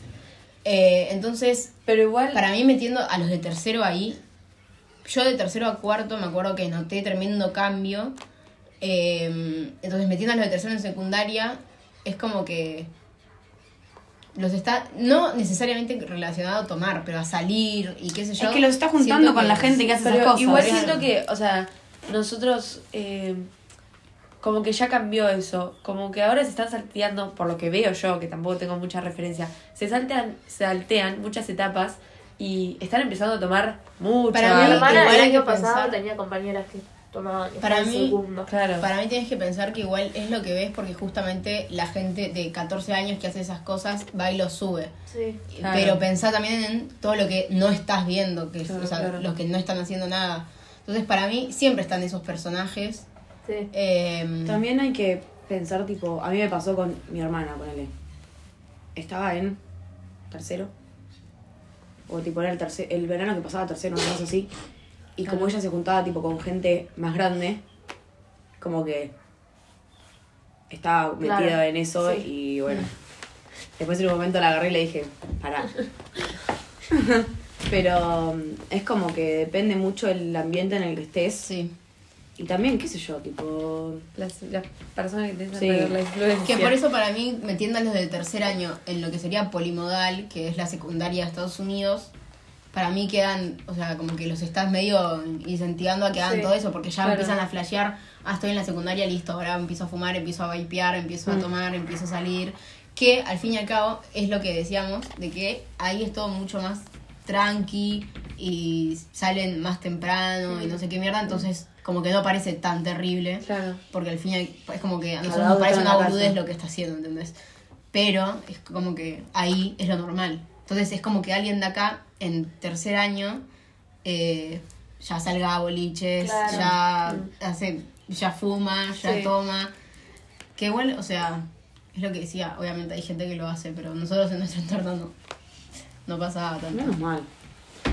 Speaker 5: Eh, entonces,
Speaker 2: Pero igual,
Speaker 5: para mí metiendo a los de tercero ahí, yo de tercero a cuarto me acuerdo que noté tremendo cambio. Eh, entonces metiendo a los de tercero en secundaria es como que los está, no necesariamente relacionado a tomar, pero a salir y qué sé yo.
Speaker 1: Es que los está juntando
Speaker 5: Siento
Speaker 1: con
Speaker 5: que-
Speaker 1: la gente que hace
Speaker 2: Pero
Speaker 1: esas cosas.
Speaker 2: igual siento que, o sea, nosotros eh, como que ya cambió eso, como que ahora se están salteando, por lo que veo yo, que tampoco tengo mucha referencia, se saltean, saltean muchas etapas y están empezando a tomar mucho.
Speaker 5: Para
Speaker 4: Mi
Speaker 5: mí,
Speaker 4: hermana
Speaker 5: igual
Speaker 4: el
Speaker 5: hay
Speaker 4: año
Speaker 5: que
Speaker 4: pasado
Speaker 5: pensar-
Speaker 4: tenía compañeras que tomaban que
Speaker 5: Para
Speaker 4: estaban en
Speaker 5: mí-
Speaker 4: segundo.
Speaker 2: Claro.
Speaker 5: Para mí tienes que pensar que igual es lo que ves porque justamente la gente de 14 años que hace esas cosas va y lo sube.
Speaker 4: Sí.
Speaker 2: Claro.
Speaker 5: Pero pensá también en todo lo que no estás viendo, que es-
Speaker 2: Claro,
Speaker 5: o sea,
Speaker 2: claro.
Speaker 5: los que no están haciendo nada. Entonces, para mí, siempre están esos personajes.
Speaker 4: Sí.
Speaker 5: eh,
Speaker 4: Mm.
Speaker 1: También hay que pensar, tipo, a mí me pasó con mi hermana, ponele. Estaba en tercero. O tipo, era el, terce- el verano que pasaba tercero, una cosa así. Y como ella se juntaba tipo con gente más grande, como que estaba metida
Speaker 4: Claro,
Speaker 1: en eso
Speaker 4: sí.
Speaker 1: y bueno. Después en un momento la agarré y le dije, pará. Pero um, es como que depende mucho el ambiente en el que estés.
Speaker 5: Sí.
Speaker 1: Y también, qué sé yo, tipo...
Speaker 2: Las, las personas que tienen
Speaker 1: Sí.
Speaker 2: alrededor, la influencia.
Speaker 5: Que por eso para mí, metiendo a los del tercer año en lo que sería polimodal, que es la secundaria de Estados Unidos, para mí quedan, o sea, como que los estás medio incentivando a que hagan
Speaker 3: Sí,
Speaker 5: todo eso, porque ya
Speaker 3: claro.
Speaker 5: empiezan a flashear, ah, estoy en la secundaria, listo, ahora empiezo a fumar, empiezo a vapear, empiezo a tomar, empiezo a salir, que al fin y al cabo es lo que decíamos, de que ahí es todo mucho más tranqui y salen más temprano y no sé qué mierda, entonces como que no parece tan terrible.
Speaker 2: Claro.
Speaker 5: Porque al fin y al- es como que a nosotros
Speaker 1: Cada
Speaker 5: nos
Speaker 1: adulto
Speaker 5: parece
Speaker 1: en
Speaker 5: una
Speaker 1: la
Speaker 5: boludez
Speaker 1: casa.
Speaker 5: lo que está haciendo, ¿entendés? Pero es como que ahí es lo normal. Entonces es como que alguien de acá, en tercer año, eh, ya salga a boliches,
Speaker 4: Claro.
Speaker 5: ya
Speaker 1: Mm.
Speaker 5: hace, ya fuma, ya
Speaker 3: Sí.
Speaker 5: toma. Que igual, o sea, es lo que decía, obviamente hay gente que lo hace, pero nosotros en nuestro entorno no, no pasaba tanto.
Speaker 1: Menos mal.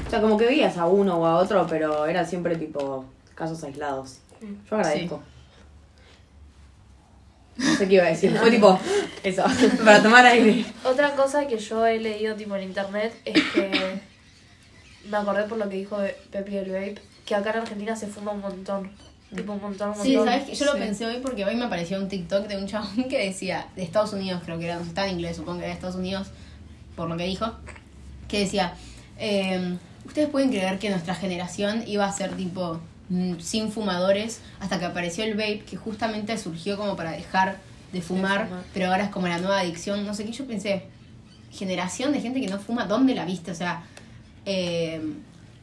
Speaker 1: O sea, como que veías a uno o a otro, pero eran siempre tipo casos aislados. Yo agradezco. No sé qué iba a decir. Fue tipo, eso, para tomar aire.
Speaker 4: Otra cosa que yo he leído tipo en internet es que me acordé por lo que dijo Be- Pepi del Vape, que acá en Argentina se fuma un montón. Tipo un montón, un montón.
Speaker 5: Sí, sabes que yo lo pensé hoy porque hoy me apareció un TikTok de un chabón que decía, de Estados Unidos creo que era, no sé, está en inglés, supongo que era de Estados Unidos, por lo que dijo, que decía, eh, ustedes pueden creer que nuestra generación iba a ser tipo mm, sin fumadores hasta que apareció el vape, que justamente surgió como para dejar de fumar,
Speaker 2: fumar.
Speaker 5: pero ahora es como la nueva adicción, no sé qué, yo pensé, generación de gente que no fuma, ¿dónde la viste? O sea, eh,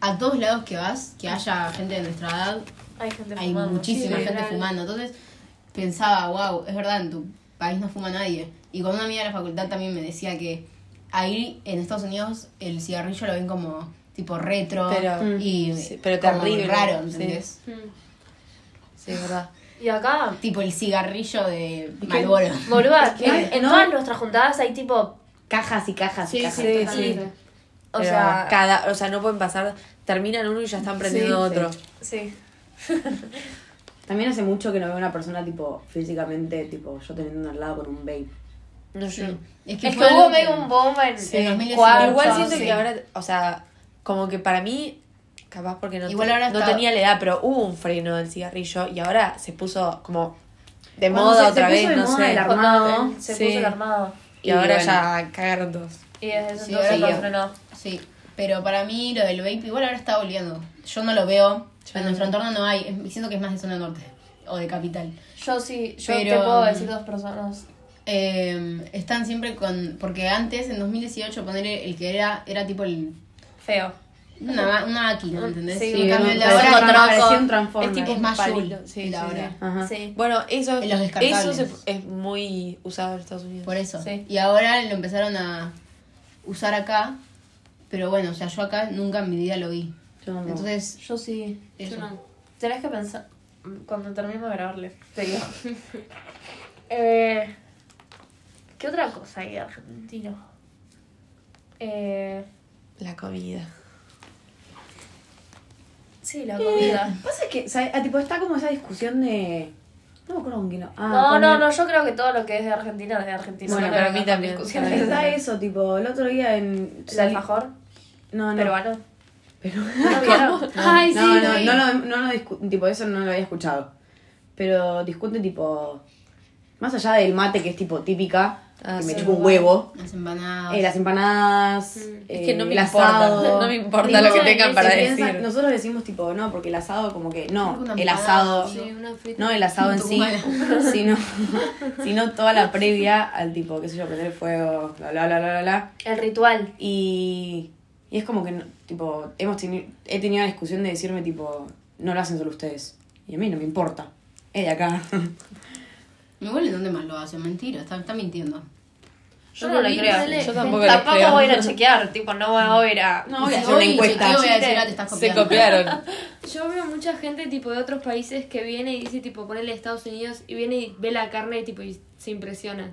Speaker 5: a todos lados que vas, que haya gente de nuestra edad,
Speaker 4: Hay gente
Speaker 5: hay
Speaker 4: fumando.
Speaker 5: muchísima
Speaker 4: Sí,
Speaker 5: gente
Speaker 4: literal.
Speaker 5: fumando. Entonces pensaba, wow, es verdad, en tu país no fuma nadie. Y con una amiga de la facultad también me decía que ahí en Estados Unidos el cigarrillo lo ven como tipo retro
Speaker 2: Pero- mm,
Speaker 5: y
Speaker 2: sí, pero
Speaker 5: como
Speaker 2: terrible,
Speaker 5: raro,
Speaker 2: sí.
Speaker 5: ¿entendés?
Speaker 3: Mm.
Speaker 2: Sí, es verdad.
Speaker 4: Y acá,
Speaker 5: Tipo el cigarrillo de Malboro.
Speaker 4: boluda,
Speaker 1: que
Speaker 4: en, en
Speaker 1: no-
Speaker 4: todas nuestras juntadas hay tipo.
Speaker 1: Cajas y cajas y
Speaker 2: Sí,
Speaker 1: cajas.
Speaker 2: sí, sí.
Speaker 3: totalmente.
Speaker 4: O
Speaker 2: Pero
Speaker 4: sea.
Speaker 2: cada, o sea, no pueden pasar, terminan uno y ya están prendiendo
Speaker 1: Sí,
Speaker 2: otro.
Speaker 1: sí.
Speaker 4: Sí.
Speaker 1: También hace mucho que no veo una persona tipo físicamente, tipo yo teniendo al lado con un vape.
Speaker 2: No, yo no.
Speaker 5: Es
Speaker 4: Es que
Speaker 5: fue algo
Speaker 4: hubo medio un boom en,
Speaker 5: Sí.
Speaker 4: en
Speaker 5: 2018,
Speaker 4: cuarto,
Speaker 5: Igual
Speaker 2: Igual
Speaker 5: siento
Speaker 2: siento
Speaker 5: sí.
Speaker 2: que ahora, o sea, como que para mí, capaz porque no,
Speaker 5: Igual
Speaker 2: te-
Speaker 5: ahora
Speaker 2: no
Speaker 5: está-
Speaker 2: tenía la edad, pero hubo un freno del cigarrillo y ahora se puso como de
Speaker 1: Cuando
Speaker 2: moda
Speaker 1: se- se
Speaker 2: otra
Speaker 1: puso
Speaker 2: vez,
Speaker 1: de
Speaker 2: no
Speaker 1: moda
Speaker 2: sé.
Speaker 1: el ar-
Speaker 4: cuando
Speaker 1: armado,
Speaker 4: el- se
Speaker 2: sí.
Speaker 4: puso el armado.
Speaker 2: Y,
Speaker 1: Y
Speaker 2: ahora
Speaker 1: bueno.
Speaker 2: ya cagaron todos.
Speaker 4: Y desde ese
Speaker 5: Sí,
Speaker 4: entonces
Speaker 5: ahora
Speaker 4: lo
Speaker 5: sí.
Speaker 4: frenó.
Speaker 5: Sí, pero para mí lo del vape igual ahora está volviendo. Yo no lo veo, en nuestro entorno no hay. Es- Siento que es más de zona norte o de capital.
Speaker 4: Yo sí, yo te
Speaker 5: Pero-
Speaker 4: puedo decir dos personas.
Speaker 5: Eh, están siempre con. Porque antes, en 2018, poner el que era, era tipo el,
Speaker 4: Feo.
Speaker 5: una, ma- una máquina, ¿entendés?
Speaker 4: Sí,
Speaker 5: en
Speaker 4: no,
Speaker 5: cambio, el de
Speaker 4: pero
Speaker 5: ahora
Speaker 4: es
Speaker 5: me
Speaker 4: otro
Speaker 5: pareció-
Speaker 1: Parecía un transformer.
Speaker 2: Es tipo
Speaker 5: Es más
Speaker 2: palito,
Speaker 5: Yul,
Speaker 2: sí,
Speaker 5: el
Speaker 2: sí,
Speaker 5: ahora.
Speaker 2: sí.
Speaker 1: Ajá.
Speaker 4: Sí.
Speaker 2: Bueno, eso,
Speaker 5: En los
Speaker 2: eso
Speaker 5: descartables.
Speaker 2: se- es muy usado en Estados Unidos.
Speaker 5: Por e- eso.
Speaker 4: Sí.
Speaker 5: Y ahora lo empezaron a usar acá. Pero bueno, o sea, yo acá nunca en mi vida lo vi.
Speaker 1: Yo no.
Speaker 5: Entonces,
Speaker 4: Yo sí.
Speaker 5: eso.
Speaker 3: Yo no.
Speaker 4: Tenés que pensar. mm, Cuando terminemos de grabarle, te digo. eh, ¿Qué otra cosa hay de argentino? Eh,
Speaker 2: La comida.
Speaker 4: sí, la comida.
Speaker 1: Pasa que, o sea, ah, tipo, está como esa discusión de. No me acuerdo con quién. Ah,
Speaker 4: no,
Speaker 1: con
Speaker 4: no,
Speaker 1: el-
Speaker 4: no, yo creo que todo lo que es de Argentina es de Argentina.
Speaker 2: Bueno,
Speaker 4: No
Speaker 2: para
Speaker 4: creo
Speaker 2: mí
Speaker 4: que haya
Speaker 2: también.
Speaker 4: discusiones.
Speaker 1: Es verdad eso, tipo, el otro día en.
Speaker 4: El alfajor
Speaker 1: Ah, No, no.
Speaker 4: peruano.
Speaker 1: Pero-
Speaker 4: ¿No lo vieron?
Speaker 3: Ay,
Speaker 1: no,
Speaker 3: sí,
Speaker 1: no,
Speaker 3: güey.
Speaker 1: no, lo, no lo discu- tipo, eso no lo había escuchado. Pero discuten tipo, más allá del mate que es tipo típica,
Speaker 2: Ah,
Speaker 1: que
Speaker 2: sí,
Speaker 1: me
Speaker 2: Ah,
Speaker 1: chupa un huevo,
Speaker 5: Las empanadas.
Speaker 1: eh, las empanadas,
Speaker 2: Mm. Es que no
Speaker 1: eh,
Speaker 2: me
Speaker 1: el
Speaker 2: importa.
Speaker 1: asado.
Speaker 2: No me importa
Speaker 4: Digo,
Speaker 2: lo que tengan
Speaker 4: se
Speaker 2: para
Speaker 1: Se
Speaker 2: decir.
Speaker 1: piensa- nosotros decimos tipo, no, porque el asado como que, no,
Speaker 5: Una
Speaker 1: el
Speaker 5: empanada,
Speaker 1: asado,
Speaker 5: sí.
Speaker 3: Sí, una frita.
Speaker 1: no el asado en sí,
Speaker 5: Tucumana.
Speaker 1: sino, sino toda la previa al tipo, qué sé yo, prender fuego, bla, bla, bla, bla, bla, bla.
Speaker 4: El ritual.
Speaker 1: Y, y es como que, no- tipo, hemos teni- he tenido la discusión de decirme, tipo, no lo hacen solo ustedes. Y a mí no me importa. Es de acá.
Speaker 5: Me vuelven dónde más lo hacen. Mentira, está, está mintiendo.
Speaker 4: Yo no lo
Speaker 3: vi,
Speaker 4: creo.
Speaker 3: ponele-
Speaker 2: Yo tampoco lo
Speaker 4: Tampoco
Speaker 2: creo.
Speaker 4: voy a ir a chequear, tipo, no voy a ir a.
Speaker 1: No voy
Speaker 5: Si
Speaker 1: a hacer una
Speaker 5: hoy
Speaker 1: encuesta.
Speaker 5: chequeo, voy a decir, ah, te estás
Speaker 2: Se
Speaker 5: copiando.
Speaker 2: copiaron.
Speaker 3: Yo veo mucha gente tipo de otros países que viene y dice tipo ponele Estados Unidos y viene y ve la carne y tipo y se impresiona.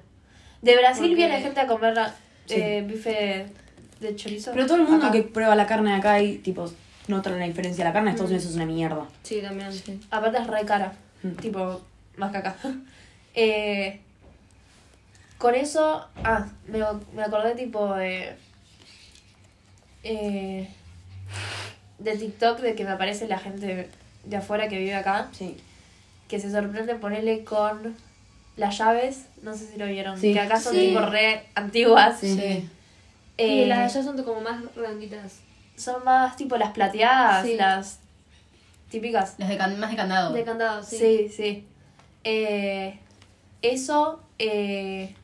Speaker 4: De Brasil
Speaker 3: Porque-
Speaker 4: viene gente a comer la-
Speaker 1: Sí.
Speaker 4: eh, bife de chorizo.
Speaker 1: Pero todo el mundo
Speaker 4: Acá.
Speaker 1: que prueba la carne de acá y, tipo, notan la diferencia. La carne de Estados Unidos es una mierda.
Speaker 3: Sí, también.
Speaker 4: Aparte es re cara.
Speaker 1: Mm.
Speaker 4: Tipo, más que acá. Eh, con eso. Ah, me, me acordé tipo de. eh, de TikTok de que me aparece la gente de afuera que vive acá.
Speaker 1: Sí.
Speaker 4: Que se sorprende ponerle con las llaves. No sé si lo vieron.
Speaker 1: Sí.
Speaker 4: Que acá son
Speaker 3: Sí.
Speaker 4: tipo re antiguas.
Speaker 5: Sí.
Speaker 4: Eh,
Speaker 3: y las de allá son como más redonditas.
Speaker 4: Son más tipo las plateadas,
Speaker 3: Sí.
Speaker 4: las típicas.
Speaker 5: Las de can- más de candado.
Speaker 3: De candado, sí.
Speaker 4: Sí, sí. Eh, eso, eh,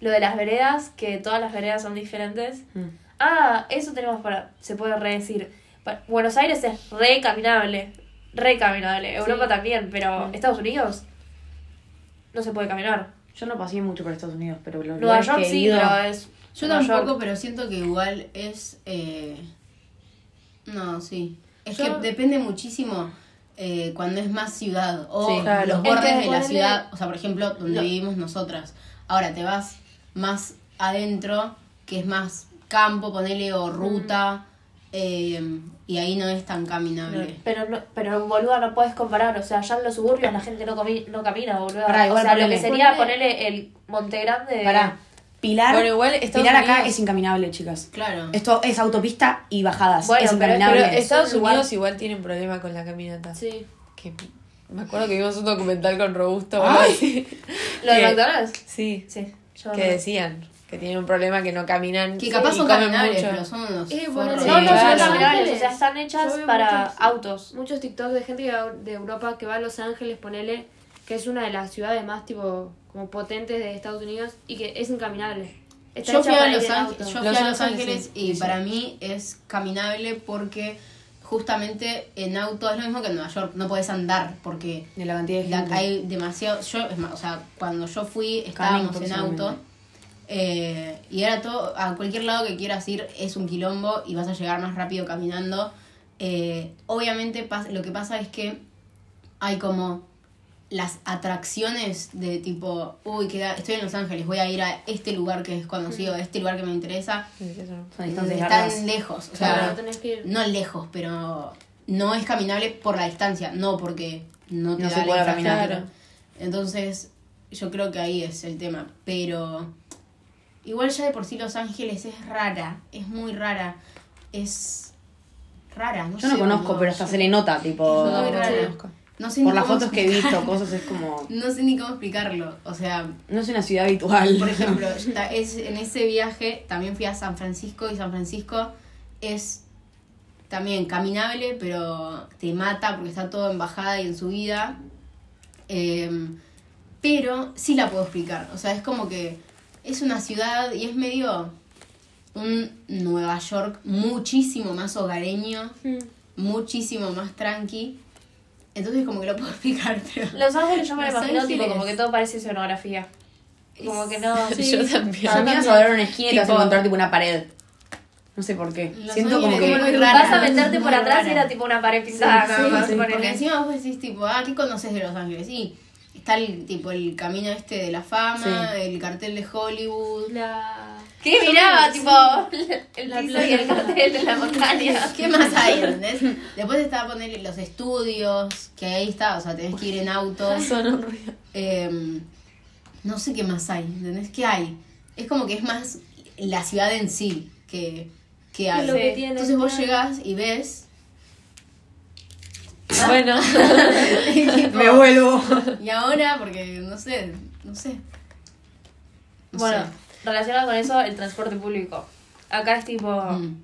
Speaker 4: lo de las veredas, que todas las veredas son diferentes.
Speaker 1: Mm.
Speaker 4: Ah, eso tenemos para, se puede redecir. Pa- Buenos Aires es re caminable, re caminable. Europa también, pero
Speaker 3: Mm.
Speaker 4: Estados Unidos no se puede caminar.
Speaker 1: Yo no pasé mucho por Estados Unidos, pero los
Speaker 4: Nueva
Speaker 1: lugares
Speaker 4: York
Speaker 1: que he
Speaker 4: sí,
Speaker 1: ido-
Speaker 4: pero es...
Speaker 5: Yo
Speaker 4: Nueva
Speaker 5: tampoco,
Speaker 4: York.
Speaker 5: pero siento que igual es. eh, No, sí. Es
Speaker 3: Yo-
Speaker 5: que depende muchísimo eh, cuando es más ciudad o
Speaker 1: Sí, claro.
Speaker 5: los
Speaker 1: Es
Speaker 5: bordes
Speaker 4: que
Speaker 5: de la
Speaker 4: ponele-
Speaker 5: ciudad. O sea, por ejemplo, donde vivimos nosotras. Ahora te vas más adentro, que es más campo, ponele o ruta. eh, y ahí no es tan caminable.
Speaker 4: Pero, no- pero boluda, no puedes comparar. O sea, ya en los suburbios la gente no, comi- no camina, boluda.
Speaker 1: Pará, igual
Speaker 4: o sea, lo que
Speaker 1: ponele.
Speaker 4: sería
Speaker 3: Ponele-
Speaker 4: ponerle el Monte Grande...
Speaker 1: Pará. eh, Pilar,
Speaker 2: Bueno, igual Estados
Speaker 1: Pilar acá
Speaker 2: Unidos-
Speaker 1: es incaminable, chicas.
Speaker 5: Claro.
Speaker 1: Esto es autopista y bajadas.
Speaker 4: Bueno,
Speaker 1: es
Speaker 4: pero-
Speaker 1: incaminable.
Speaker 2: Pero
Speaker 4: Hable.
Speaker 2: Estados
Speaker 4: Igual-
Speaker 2: Unidos igual tienen problema con la caminata.
Speaker 3: Sí.
Speaker 2: Que me acuerdo que vimos un documental con Robusto.
Speaker 4: ¿Lo de
Speaker 2: Que-
Speaker 4: McDonald's?
Speaker 2: Sí.
Speaker 4: Sí. yo
Speaker 2: Que
Speaker 4: no-
Speaker 2: decían que tienen un problema que no caminan.
Speaker 5: Que capaz
Speaker 2: y
Speaker 5: son
Speaker 2: comen
Speaker 5: caminables,
Speaker 2: mucho.
Speaker 5: pero son unos.
Speaker 3: Eh, bueno,
Speaker 5: forros.
Speaker 4: No, no
Speaker 2: claro.
Speaker 4: son caminables, o sea, están
Speaker 3: Yo
Speaker 4: hechas
Speaker 3: veo
Speaker 4: para
Speaker 3: muchos-
Speaker 4: autos.
Speaker 3: Muchos TikToks de gente que va de Europa que va a Los Ángeles, ponele, que es una de las ciudades más tipo como potentes de Estados Unidos y que es incaminable. Está
Speaker 5: Yo
Speaker 3: hecha
Speaker 5: fui a
Speaker 3: para ir
Speaker 5: Los
Speaker 3: en
Speaker 5: Ángeles,
Speaker 3: auto.
Speaker 5: yo fui
Speaker 2: Los
Speaker 5: a Los
Speaker 2: Ángeles,
Speaker 5: Ángeles
Speaker 2: sí.
Speaker 5: y para mí es caminable porque justamente en auto es lo mismo que en Nueva York, no puedes andar porque
Speaker 1: De la cantidad de
Speaker 5: la-
Speaker 1: gente.
Speaker 5: hay demasiado, yo, es más, o sea, cuando yo fui estábamos
Speaker 1: por
Speaker 5: en
Speaker 1: eso
Speaker 5: auto
Speaker 1: mismo.
Speaker 5: eh, y era todo, a cualquier lado que quieras ir es un quilombo y vas a llegar más rápido caminando. Eh, obviamente pas- lo que pasa es que hay como las atracciones de tipo, uy, queda, estoy en Los Ángeles, voy a ir a este lugar que es conocido, a este lugar que me interesa, mm,
Speaker 2: Sí, eso no.
Speaker 1: Son distancias largas.
Speaker 5: están lejos, o
Speaker 3: Claro,
Speaker 5: sea,
Speaker 3: tenés que ir.
Speaker 5: no lejos, pero no es caminable por la distancia, no porque no te
Speaker 1: No
Speaker 5: da
Speaker 1: se
Speaker 5: la
Speaker 1: puede
Speaker 5: infraestructura.
Speaker 1: caminar.
Speaker 5: Entonces, yo creo que ahí es el tema, pero igual ya de por sí Los Ángeles es rara, es muy rara, es rara, no
Speaker 1: Yo no
Speaker 5: sé,
Speaker 1: conozco,
Speaker 5: boludo,
Speaker 1: pero hasta
Speaker 5: yo-
Speaker 1: se le nota, tipo.
Speaker 5: Yo
Speaker 2: No,
Speaker 5: tampoco
Speaker 2: no
Speaker 5: lo
Speaker 2: conozco.
Speaker 5: no sé ni
Speaker 1: Por las
Speaker 5: cómo
Speaker 1: fotos que he visto, cosas es como.
Speaker 5: No sé ni cómo explicarlo, o sea,
Speaker 1: No es una ciudad habitual.
Speaker 5: por ejemplo, ta- es, en ese viaje también fui a San Francisco y San Francisco es también caminable, pero te mata porque está todo en bajada y en subida. Em, pero sí la puedo explicar, o sea, es como que es una ciudad y es medio un Nueva York muchísimo más hogareño, muchísimo más tranqui. Entonces como que lo puedo explicar, pero...
Speaker 4: Los Ángeles yo me lo
Speaker 5: Los
Speaker 4: imagino tipo
Speaker 5: Ángeles.
Speaker 4: como que todo parece escenografía. Como que no.
Speaker 2: Yo también.
Speaker 1: Para mí vas a ver una esquina y te vas a
Speaker 5: Tipo-
Speaker 1: encontrar tipo una pared. No sé por qué.
Speaker 5: Los
Speaker 1: Siento como
Speaker 5: Ángeles,
Speaker 1: que.
Speaker 5: como que
Speaker 4: Vas
Speaker 5: rara,
Speaker 4: a meterte
Speaker 5: muy
Speaker 4: por atrás y
Speaker 5: rara.
Speaker 4: era tipo una pared pisada. nada más,
Speaker 5: sí,
Speaker 4: ponele.
Speaker 5: porque encima vos decís tipo, ah, ¿qué conoces de Los Ángeles? Y está el tipo el camino este de la fama, el cartel de Hollywood.
Speaker 3: La...
Speaker 4: ¿Qué miraba? Tipo el
Speaker 3: La
Speaker 4: piso y el
Speaker 3: playa.
Speaker 4: cartel de la montaña.
Speaker 5: ¿Qué más hay? ¿entendés? Después estaba poner los estudios, que ahí está, o sea, tenés que ir en auto.
Speaker 2: Son un ruido.
Speaker 5: Em, no sé qué más hay, ¿entendés? ¿Qué hay? Es como que es más la ciudad en sí que, que hay.
Speaker 3: lo que tiene,
Speaker 5: Entonces vos
Speaker 3: claro.
Speaker 5: llegás y ves.
Speaker 2: Bueno,
Speaker 5: y tipo,
Speaker 1: Me vuelvo.
Speaker 5: Y ahora, porque no sé, no sé. No
Speaker 4: Bueno,
Speaker 5: sé.
Speaker 4: relacionado con eso, el transporte público. Acá es tipo.
Speaker 5: Mm.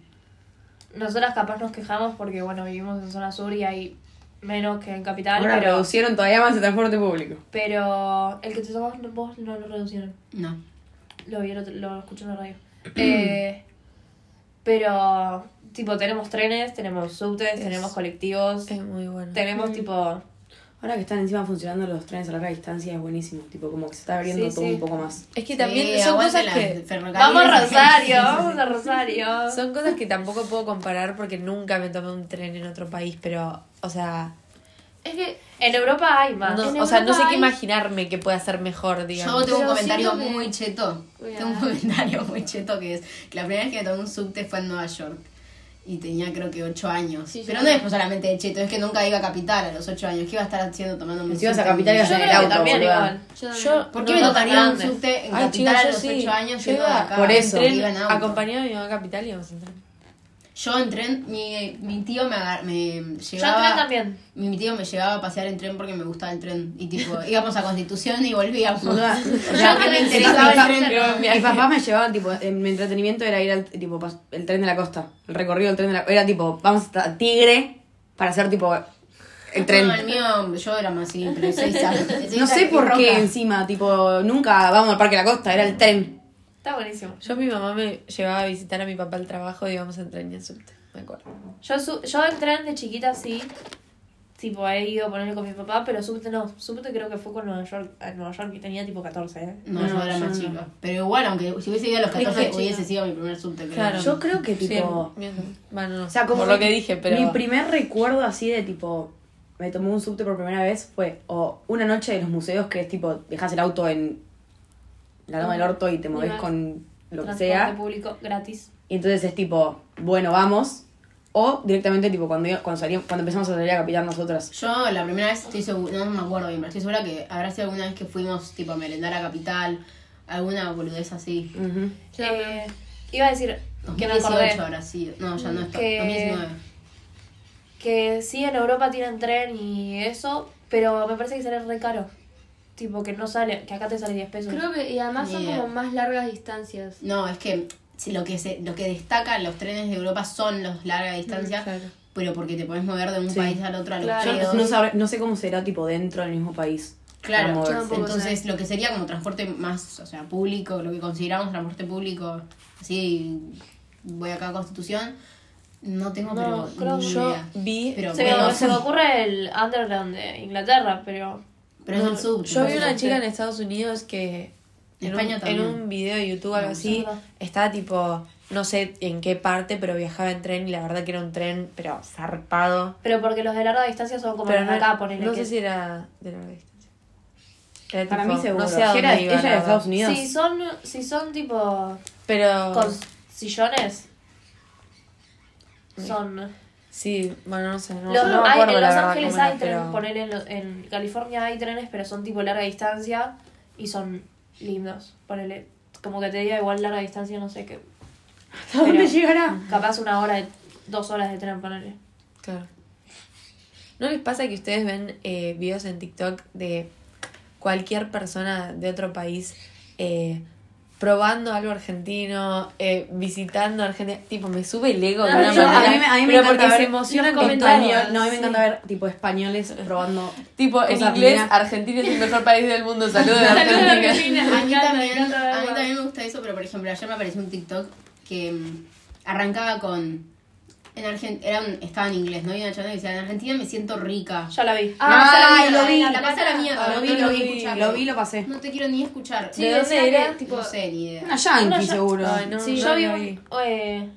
Speaker 4: Nosotras capaz nos quejamos porque, bueno, vivimos en zona sur y hay menos que en capital,
Speaker 1: Ahora
Speaker 4: pero,
Speaker 1: reducieron todavía más el transporte público.
Speaker 4: pero el que te tomamos vos no lo reducieron.
Speaker 5: No.
Speaker 4: Lo vi, el otro- lo escuché en la radio. Eh, pero, tipo, tenemos trenes, tenemos subtes,
Speaker 2: Es-
Speaker 4: tenemos colectivos,
Speaker 2: es muy bueno.
Speaker 4: tenemos, tipo...
Speaker 1: Ahora que están encima funcionando los trenes a larga distancia es buenísimo. Tipo, como que se está abriendo
Speaker 4: Sí,
Speaker 1: todo
Speaker 4: sí.
Speaker 1: un poco más.
Speaker 2: Es que
Speaker 5: Sí,
Speaker 2: también son
Speaker 5: aguante
Speaker 2: cosas
Speaker 5: las
Speaker 2: que
Speaker 5: ferrocarriles.
Speaker 4: ¡Vamos a Rosario! ¡Vamos a Rosario!
Speaker 2: son cosas que tampoco puedo comparar porque nunca me tomé un tren en otro país, pero o sea,
Speaker 3: Es que
Speaker 4: En Europa hay
Speaker 5: Ah.
Speaker 4: más.
Speaker 2: no-
Speaker 3: en
Speaker 2: o sea, no sé
Speaker 3: Europa
Speaker 2: qué
Speaker 3: hay-
Speaker 2: imaginarme que pueda ser mejor,
Speaker 5: Yo
Speaker 2: digamos.
Speaker 5: tengo un
Speaker 3: Pero
Speaker 5: comentario
Speaker 3: siento que-
Speaker 5: muy cheto.
Speaker 3: Voy a
Speaker 5: Tengo un
Speaker 3: dar.
Speaker 5: comentario muy cheto que es que la primera vez que me tomé un subte fue en Nueva York. Y tenía creo que 8 años.
Speaker 3: Sí, sí,
Speaker 5: Pero
Speaker 3: sí.
Speaker 5: no es pues, solamente de cheto, es que nunca iba a Capital a los 8 años. ¿Qué iba a estar haciendo tomándome
Speaker 6: Si ibas a Capital, ibas
Speaker 3: Yo
Speaker 6: en el
Speaker 3: creo que
Speaker 6: auto,
Speaker 3: también
Speaker 6: boluda.
Speaker 3: igual. Yo también.
Speaker 2: Yo-
Speaker 5: ¿Por qué
Speaker 3: No,
Speaker 5: me
Speaker 3: no
Speaker 5: tocaría
Speaker 3: tan
Speaker 5: un
Speaker 3: grande.
Speaker 5: subte en
Speaker 6: Ah,
Speaker 2: Ay,
Speaker 5: Capital
Speaker 2: chicos,
Speaker 5: a
Speaker 2: yo
Speaker 5: los 8
Speaker 2: sí.
Speaker 5: años?
Speaker 2: Yo
Speaker 5: Yo iba
Speaker 2: iba
Speaker 5: acá.
Speaker 6: por eso.
Speaker 5: Tren, iba en auto.
Speaker 2: Acompañaba a mi mamá a Capital y íbamos a entrar.
Speaker 5: Yo en tren, mi, mi tío me, agar- me
Speaker 4: Yo entré
Speaker 5: llevaba...
Speaker 4: también.
Speaker 5: Mi, mi tío me llevaba a pasear en tren porque me gustaba el tren. Y tipo, íbamos a Constitución y volvíamos.
Speaker 6: O sea,
Speaker 5: Yo que me
Speaker 6: mi
Speaker 5: interesaba
Speaker 6: papá-
Speaker 5: el tren.
Speaker 2: Pero en
Speaker 1: Mis
Speaker 2: viaje.
Speaker 1: papás me llevaban, tipo, en mi entretenimiento era ir al tipo pas- el tren de la costa, el recorrido del tren de la Era tipo, vamos hasta Tigre para hacer tipo el tren.
Speaker 5: No, el mío, yo era más así, precisa.
Speaker 1: No sé por qué encima, tipo, nunca vamos al Parque de la Costa, era el tren.
Speaker 4: Está buenísimo.
Speaker 2: Yo mi mamá me llevaba a visitar a mi papá al trabajo y íbamos en tren y en subte, me acuerdo.
Speaker 4: Yo, su- yo en tren de chiquita sí. Tipo, he ido a ponerle con mi papá, pero subte no. Subte creo que fue con Nueva York. A Nueva York que tenía tipo 14, ¿eh?
Speaker 5: No, yo era más chica. Pero igual, aunque si hubiese ido a los 14, hubiese sido mi primer subte, creo.
Speaker 2: Claro.
Speaker 1: Yo creo que
Speaker 2: Sí,
Speaker 1: tipo.
Speaker 2: mi- bueno, no,
Speaker 1: O sea, como
Speaker 2: por lo
Speaker 1: mi-
Speaker 2: que dije, pero...
Speaker 1: Mi primer recuerdo así de tipo. Me tomó un subte por primera vez fue o una noche de los museos que es tipo, dejas el auto en la doma del
Speaker 2: Ah,
Speaker 1: orto y te moves
Speaker 3: vas.
Speaker 1: con lo que
Speaker 4: Transporte
Speaker 1: sea.
Speaker 4: público gratis.
Speaker 1: Y entonces es tipo, bueno, vamos. O directamente, tipo, cuando, iba- cuando, salíamos- cuando empezamos a salir a capital nosotras.
Speaker 5: Yo la primera vez estoy segura, no me acuerdo bien, pero estoy segura que habrá sido alguna vez que fuimos tipo a merendar a Capital, alguna boludez así.
Speaker 4: Yo también. Eh, iba a decir que me
Speaker 5: 2018
Speaker 4: acordé
Speaker 5: habrá sido. No, ya no está.
Speaker 4: Que-
Speaker 5: 2019.
Speaker 4: que sí en Europa tienen tren y eso, pero me parece que sale re caro. Tipo que no sale, que acá te sale 10 pesos.
Speaker 3: Creo que, y además son
Speaker 5: Ni idea.
Speaker 3: como más largas distancias.
Speaker 5: No, es que si lo que se, lo que destacan los trenes de Europa son los larga distancia,
Speaker 2: claro.
Speaker 5: pero porque te podés mover de un país al otro a los
Speaker 4: Claro.
Speaker 5: pedos.
Speaker 1: Yo no, sabré- no sé cómo será, tipo, dentro del mismo país. para
Speaker 5: Claro,
Speaker 1: moverse.
Speaker 3: tampoco
Speaker 5: entonces lo que sería como transporte más, o sea, público, lo que consideramos transporte público, así voy acá a Constitución, no tengo
Speaker 4: No,
Speaker 5: pero
Speaker 4: creo
Speaker 5: ni
Speaker 4: que-
Speaker 2: Yo
Speaker 5: idea.
Speaker 2: vi...
Speaker 5: Pero
Speaker 4: se,
Speaker 5: bueno,
Speaker 4: me, se me ocurre el underground de Inglaterra, pero
Speaker 5: pero es el sub.
Speaker 2: Yo vi una chica en Estados Unidos que
Speaker 5: En
Speaker 2: en,
Speaker 5: España
Speaker 2: un,
Speaker 5: también.
Speaker 2: en un video de YouTube algo
Speaker 5: No,
Speaker 4: es
Speaker 2: así
Speaker 4: verdad.
Speaker 2: estaba tipo no sé en qué parte pero viajaba en tren y la verdad que era un tren pero zarpado.
Speaker 4: pero porque los de larga distancia son como
Speaker 2: pero
Speaker 4: los
Speaker 2: no,
Speaker 4: de acá, ponele
Speaker 2: no
Speaker 4: que-
Speaker 2: sé si era de larga distancia. Era
Speaker 1: Para
Speaker 2: tipo,
Speaker 1: mí, seguro.
Speaker 2: No sé a
Speaker 1: Si
Speaker 2: dónde
Speaker 1: era-
Speaker 2: iba, la
Speaker 1: ella era de
Speaker 2: verdad.
Speaker 1: Estados Unidos.
Speaker 4: si son si son tipo
Speaker 2: Pero
Speaker 4: con sillones son
Speaker 2: sí, bueno, no sé, no,
Speaker 4: Los-
Speaker 2: no me
Speaker 4: hay-
Speaker 2: acuerdo
Speaker 4: en
Speaker 2: la
Speaker 4: Los
Speaker 2: verdad
Speaker 4: Ángeles
Speaker 2: cómo era,
Speaker 4: hay trenes,
Speaker 2: pero-
Speaker 4: ponele en, lo- en California hay trenes, pero son tipo larga distancia y son lindos. Ponele, como que te diga igual larga distancia, no sé qué.
Speaker 1: ¿Hasta dónde
Speaker 4: Pero-
Speaker 1: llegará?
Speaker 4: Capaz una hora, de- dos horas de tren, ponele.
Speaker 2: Claro. ¿No les pasa que ustedes ven eh, videos en TikTok de cualquier persona de otro país eh, probando algo argentino, eh, visitando Argentina? Tipo, me sube el ego. de una
Speaker 1: Ah, Yo-
Speaker 2: manera,
Speaker 1: a mí, me- a mí me
Speaker 2: pero
Speaker 1: encanta
Speaker 2: porque
Speaker 1: ver
Speaker 2: se emocionan con
Speaker 1: español,
Speaker 2: todo.
Speaker 1: No, a mí me
Speaker 2: Sí.
Speaker 1: encanta ver, tipo, españoles probando.
Speaker 2: Tipo, en
Speaker 1: Cosas
Speaker 2: inglés,
Speaker 1: minas.
Speaker 2: Argentina es el mejor país del mundo. Saludos, Argentina.
Speaker 5: a mí, también, a mí también me gusta eso, pero por ejemplo, ayer me apareció un TikTok que mm, arrancaba con. En Argen- era un- estaba en inglés, ¿no? Y una chava que decía: En Argentina me siento rica.
Speaker 4: Ya la vi.
Speaker 5: Ah,
Speaker 1: Ay, lo vi.
Speaker 5: La pasé a la mierda.
Speaker 1: Ah, Lo vi,
Speaker 5: no
Speaker 1: lo
Speaker 5: quiero
Speaker 1: vi,
Speaker 5: escucharlo.
Speaker 1: lo vi, lo pasé.
Speaker 5: No te quiero ni escuchar.
Speaker 3: Sí,
Speaker 2: ¿De dónde
Speaker 3: decía que,
Speaker 2: era?
Speaker 3: tipo,
Speaker 5: No sé, ni idea.
Speaker 1: Una yankee,
Speaker 4: Una ya-
Speaker 1: seguro.
Speaker 2: Ay, no,
Speaker 4: Sí,
Speaker 2: no
Speaker 4: yo vi
Speaker 2: lo
Speaker 4: un, eh,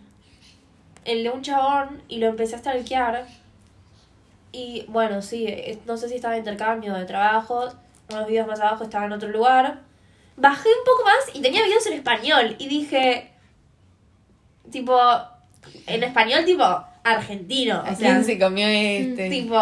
Speaker 4: el de un chabón y lo empecé a stalkear. Y bueno, sí, eh, no sé si estaba en intercambio de trabajo. Unos videos más abajo estaba en otro lugar. Bajé un poco más y tenía videos en español. Y dije, tipo, en español, tipo, argentino. O
Speaker 2: ¿A
Speaker 4: sea,
Speaker 2: quién se comió este?
Speaker 4: tipo,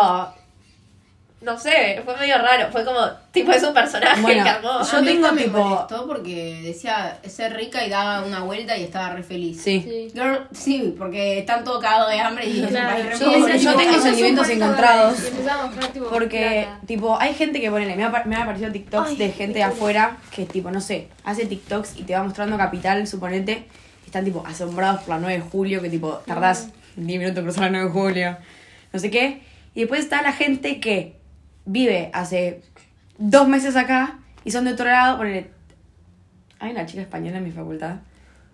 Speaker 4: no sé, fue medio raro. Fue como, tipo, es un personaje
Speaker 1: Bueno,
Speaker 4: que armó.
Speaker 1: yo-
Speaker 5: A mí
Speaker 1: tengo
Speaker 5: esta Ah, me
Speaker 1: tipo-
Speaker 5: molestó porque decía ser rica y daba una vuelta y estaba re feliz.
Speaker 1: Sí.
Speaker 3: Sí.
Speaker 5: Girl, sí, porque están todo cagado de hambre y es un
Speaker 3: Claro.
Speaker 5: país re
Speaker 1: Yo-
Speaker 5: pobre.
Speaker 1: yo tengo
Speaker 3: Esos son
Speaker 1: sentimientos
Speaker 3: 40
Speaker 1: encontrados.
Speaker 3: dólares. Y empezaba a mostrar, tipo,
Speaker 1: Porque,
Speaker 3: plata.
Speaker 1: tipo, hay gente que ponele, me ha, apa- me ha aparecido TikToks de gente de afuera que, tipo, no sé, hace TikToks y te va mostrando capital, suponete, y están, tipo, asombrados por la 9 de julio, que, tipo, tardás 10 minutos en cruzar la 9 de julio, no sé qué. Y después está la gente que vive hace dos meses acá y son de otro lado, ponele. Hay una chica española en mi facultad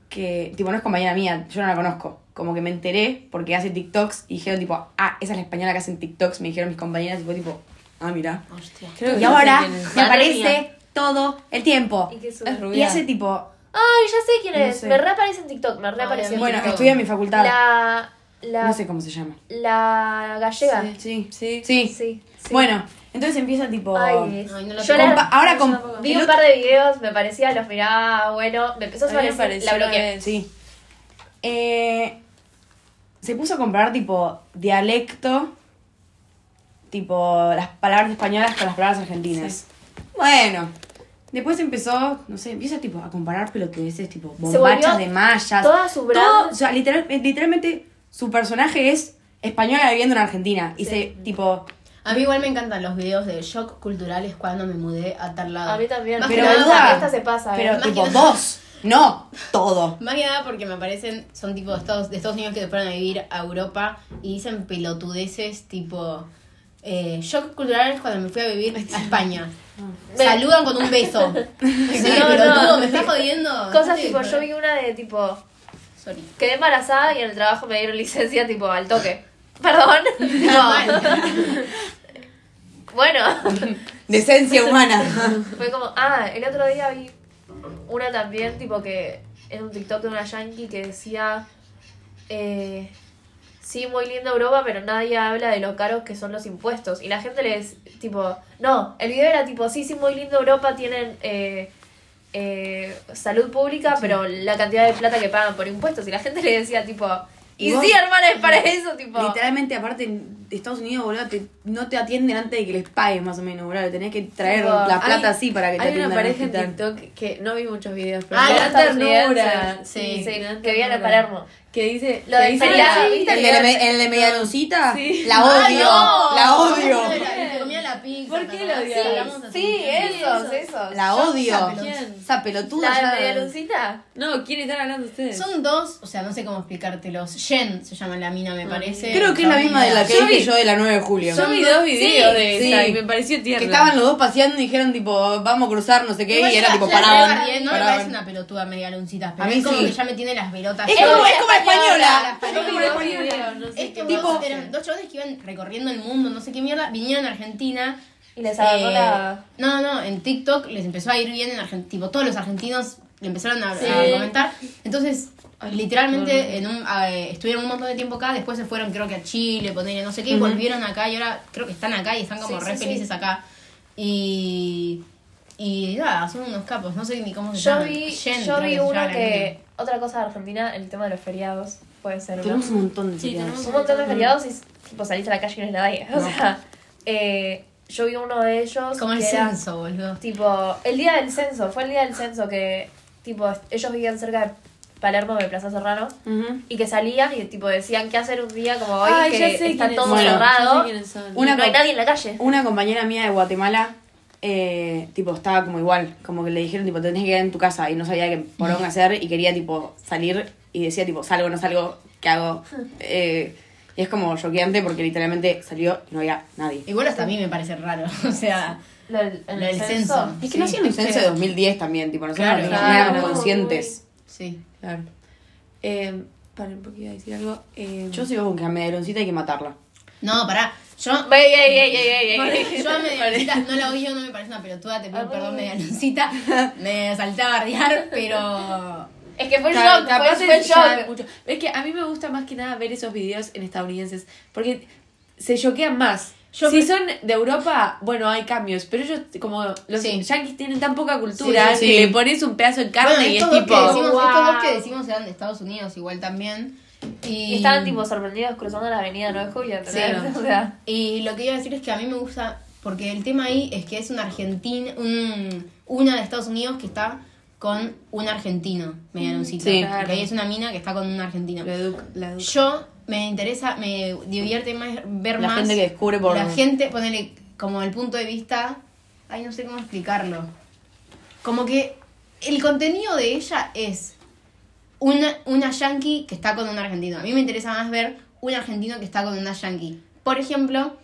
Speaker 1: que, tipo, no es compañera mía, yo no la conozco. Como que me enteré porque hace TikToks y dijeron, tipo, ah, esa es la española que hacen TikToks, me dijeron mis compañeras y fue tipo, ah, mira.
Speaker 5: Hostia.
Speaker 2: Creo que
Speaker 1: Y
Speaker 2: no sé
Speaker 1: ahora
Speaker 2: quién es.
Speaker 1: me aparece todo el tiempo.
Speaker 4: Y que sube.
Speaker 2: Es
Speaker 1: Y
Speaker 2: rubia.
Speaker 1: hace tipo,
Speaker 4: Ay, ya sé quién
Speaker 1: No
Speaker 4: es.
Speaker 1: sé.
Speaker 4: Me reaparece en TikTok, me reaparece.
Speaker 5: Sí,
Speaker 1: bueno,
Speaker 5: todo.
Speaker 1: estudia en mi facultad.
Speaker 4: La, la,
Speaker 1: No sé cómo se llama.
Speaker 4: la gallega. Sí.
Speaker 1: Sí,
Speaker 2: Sí.
Speaker 1: sí.
Speaker 4: sí.
Speaker 1: Bueno, entonces empieza tipo...
Speaker 4: Ay, es-
Speaker 5: Ay, no lo
Speaker 4: yo
Speaker 5: tengo.
Speaker 4: la-
Speaker 1: compa- ahora con...
Speaker 4: vi un par de videos, me parecía, los miraba, bueno, me empezó a
Speaker 2: A mí me
Speaker 4: aparecer, la
Speaker 2: pareció
Speaker 4: bloqueé.
Speaker 2: es-
Speaker 1: Sí. Eh, se puso a comparar tipo dialecto, tipo las palabras españolas con las palabras argentinas. Bueno, después empezó, no sé, empieza tipo a comparar pelotudeces, tipo bombachas
Speaker 4: volvió
Speaker 1: de mallas.
Speaker 4: toda su brand.
Speaker 1: Todo, o sea, literal- eh, literalmente su personaje es española viviendo en Argentina. Y se, tipo,
Speaker 5: A mí igual me encantan los videos de shock culturales cuando me mudé a tal lado.
Speaker 4: A mí también,
Speaker 5: Más
Speaker 1: pero
Speaker 5: que
Speaker 4: esta-
Speaker 5: nada,
Speaker 1: duda,
Speaker 4: esta se pasa, eh.
Speaker 1: pero
Speaker 5: Más que
Speaker 1: tipo
Speaker 5: nada.
Speaker 1: dos, no todo.
Speaker 5: Más que nada porque me aparecen, son tipo de Estados, de Estados Unidos que se fueron a vivir a Europa y dicen pelotudeces tipo. Eh, shock culturales cuando me fui a vivir a España. Saludan con un beso. Sí,
Speaker 4: No,
Speaker 5: pelotudo,
Speaker 4: no.
Speaker 5: me estás jodiendo.
Speaker 4: Cosas
Speaker 5: Sí,
Speaker 4: tipo,
Speaker 5: pero-
Speaker 4: yo vi una de tipo,
Speaker 5: Sorry.
Speaker 4: quedé embarazada y en el trabajo me dieron licencia tipo al toque. Perdón. Tipo, bueno,
Speaker 1: Decencia humana.
Speaker 4: fue como, ah, el otro día vi una también tipo que en un TikTok de una yankee que decía, eh, sí, muy linda Europa, pero nadie habla de lo caros que son los impuestos. Y la gente les, tipo, no, el video era tipo, sí, sí, muy linda Europa, tienen eh, eh, salud pública, pero la cantidad de plata que pagan por impuestos. Y la gente le decía, tipo,
Speaker 1: Y
Speaker 4: y
Speaker 1: vos-
Speaker 4: sí, hermana, es para eso, tipo.
Speaker 1: Literalmente, aparte, en Estados Unidos, boludo, te- no te atienden antes de que les pagues, más o menos, boludo. Le tenés que traer
Speaker 4: Tipo,
Speaker 1: la
Speaker 2: hay-
Speaker 1: plata así para que te
Speaker 2: Hay
Speaker 1: atiendan
Speaker 2: una
Speaker 1: en el
Speaker 2: pareja en
Speaker 1: hospital.
Speaker 2: TikTok que no vi muchos videos, pero
Speaker 5: Ah,
Speaker 2: me da
Speaker 5: los
Speaker 2: ternura.
Speaker 5: estadounidenses.
Speaker 4: Sí,
Speaker 5: Sí.
Speaker 4: sí,
Speaker 2: me da
Speaker 4: que viene a
Speaker 2: ternura.
Speaker 4: Palermo.
Speaker 2: Que dice.
Speaker 4: Lo
Speaker 2: que
Speaker 4: de
Speaker 2: dice-
Speaker 4: Feriado,
Speaker 2: Ah,
Speaker 4: ¿viste?
Speaker 1: ¿El de, la, me- el de medialucita?
Speaker 2: Sí.
Speaker 1: La odio, la odio.
Speaker 5: Te comía la pizza.
Speaker 2: ¿Por qué
Speaker 5: ¿no?
Speaker 2: lo odias?
Speaker 5: Sí, hablamos así.
Speaker 4: Sí, esos, esos.
Speaker 1: La odio.
Speaker 2: ¿Quién?
Speaker 1: Esa pelotuda.
Speaker 4: La
Speaker 1: ya-
Speaker 4: de Medialucita.
Speaker 2: No, ¿quién están hablando ustedes?
Speaker 5: Son dos, o sea, no sé cómo explicártelos. Jen se llama la mina, me parece.
Speaker 1: Creo que es la misma de la que
Speaker 2: Yo
Speaker 1: dije
Speaker 2: vi-
Speaker 1: yo de la 9 de julio.
Speaker 2: Yo vi dos videos
Speaker 1: Sí,
Speaker 2: de esa
Speaker 1: sí.
Speaker 2: y me pareció tierno.
Speaker 1: Que estaban los dos paseando y dijeron tipo, vamos a cruzar, no sé qué,
Speaker 5: Igual
Speaker 1: y era
Speaker 5: la-
Speaker 1: tipo,
Speaker 5: la
Speaker 1: paraban.
Speaker 5: rebardié, No me
Speaker 1: paraban.
Speaker 5: parece una pelotuda media luncita, pero
Speaker 1: A mí
Speaker 5: es como
Speaker 1: sí.
Speaker 5: que ya me tiene las pelotas.
Speaker 1: Es como,
Speaker 5: llenas.
Speaker 1: es como española.
Speaker 5: Las pelotas.
Speaker 4: la
Speaker 5: Estos
Speaker 1: Tipo-
Speaker 5: dos eran dos chavales que iban recorriendo el mundo, no sé qué mierda, vinieron a Argentina.
Speaker 4: Y les agarró
Speaker 5: eh,
Speaker 4: la.
Speaker 5: No, no, en TikTok les empezó a ir bien en Argentina. Tipo, todos los argentinos le empezaron a, a comentar. Entonces, literalmente, en un, a- eh, estuvieron un montón de tiempo acá. Después se fueron, creo que a Chile, ponerle no sé qué, y volvieron acá. Y ahora creo que están acá y están como
Speaker 4: Sí,
Speaker 5: re
Speaker 4: sí, sí.
Speaker 5: felices acá. Y. Y nada, son unos capos. No sé ni cómo se
Speaker 4: Yo
Speaker 5: llaman.
Speaker 4: vi,
Speaker 5: Jen,
Speaker 4: yo
Speaker 5: creo que
Speaker 4: vi
Speaker 5: se llama
Speaker 4: uno
Speaker 5: la
Speaker 4: que. Otra cosa de Argentina, el tema de los feriados. Puede ser. ¿no?
Speaker 1: Tenemos un montón de
Speaker 2: tenemos
Speaker 1: seguidores.
Speaker 4: Un montón de feriados y tipo, salís a la calle y no es nadie. O sea, eh, yo vi uno de ellos.
Speaker 5: mina. Como el
Speaker 4: que era,
Speaker 5: censo, boludo.
Speaker 4: Tipo, el día del censo, fue el día del censo que. Tipo, ellos vivían cerca de Palermo, de Plaza Serrano.
Speaker 1: Ujú.
Speaker 4: Y que salían y tipo decían qué hacer un día como hoy
Speaker 2: Ay, ya
Speaker 4: que
Speaker 2: sé
Speaker 4: está
Speaker 2: quiénes
Speaker 4: todo
Speaker 2: son.
Speaker 1: Bueno.
Speaker 4: cerrado.
Speaker 2: Ya sé quiénes son.
Speaker 1: Una
Speaker 4: y no hay
Speaker 1: co-
Speaker 4: nadie en la calle.
Speaker 1: Una compañera mía de Guatemala, eh, tipo, estaba como igual, como que le dijeron, tipo, tenés que quedar en tu casa y no sabía qué porón hacer y quería, tipo, salir y decía, tipo, salgo, no salgo, ¿qué hago? Eh, y es como choqueante porque literalmente salió y no había nadie.
Speaker 5: Igual hasta a mí me parece raro. O sea,
Speaker 4: Lo del, el
Speaker 5: lo del censo.
Speaker 1: Es que no hacían un censo de 2010 también, tipo, nosotros
Speaker 5: Claro,
Speaker 1: no
Speaker 5: claro.
Speaker 1: éramos conscientes.
Speaker 5: Sí.
Speaker 2: Claro. Eh, paren, porque iba a decir algo. Eh,
Speaker 1: Yo sigo con que a Medalloncita hay que matarla.
Speaker 5: No, pará. Yo
Speaker 4: Ey, ey, ey, ey, ey, ey.
Speaker 5: Yo a medialuncita no la oí, yo no me parece una pelotuda, te
Speaker 4: Ah,
Speaker 5: pido perdón, medialuncita. Me salté a bardear, pero.
Speaker 4: Es que fue un
Speaker 2: Claro,
Speaker 4: shock,
Speaker 2: capaz
Speaker 4: fue, fue un
Speaker 2: es- ya es
Speaker 4: shock.
Speaker 2: mucho. Es que a mí me gusta más que nada ver esos videos en estadounidenses porque se choquean más.
Speaker 5: Yo
Speaker 2: si
Speaker 5: me-
Speaker 2: son de Europa, bueno, hay cambios, pero ellos, como los
Speaker 5: Sí.
Speaker 2: yanquis tienen tan poca cultura,
Speaker 1: Sí, sí,
Speaker 2: que
Speaker 1: sí.
Speaker 2: le pones un pedazo de carne
Speaker 5: Bueno,
Speaker 2: y
Speaker 5: estos
Speaker 2: es
Speaker 5: dos
Speaker 2: tipo.
Speaker 5: que decimos, estos dos que
Speaker 4: Wow.
Speaker 5: decimos eran de Estados Unidos, igual también. Y,
Speaker 4: Y estaban tipo sorprendidos cruzando la avenida 9 de julio, ¿entendés?
Speaker 5: Sí, no.
Speaker 4: O sea,
Speaker 5: Y lo que iba a decir es que a mí me gusta, porque el tema ahí es que es una argentina, un- una de Estados Unidos que está con un argentino,
Speaker 4: Mm,
Speaker 5: medialuncita.
Speaker 1: Sí.
Speaker 5: Porque ahí es una mina que está con un argentino.
Speaker 2: La educ- la educ-
Speaker 5: Yo me interesa, me divierte más ver
Speaker 1: La
Speaker 5: más.
Speaker 1: gente que descubre por-
Speaker 5: La gente, ponele como el punto de vista. Ay, no sé cómo explicarlo. Como que el contenido de ella es una, una yankee que está con un argentino. A mí me interesa más ver un argentino que está con una yankee. Por ejemplo,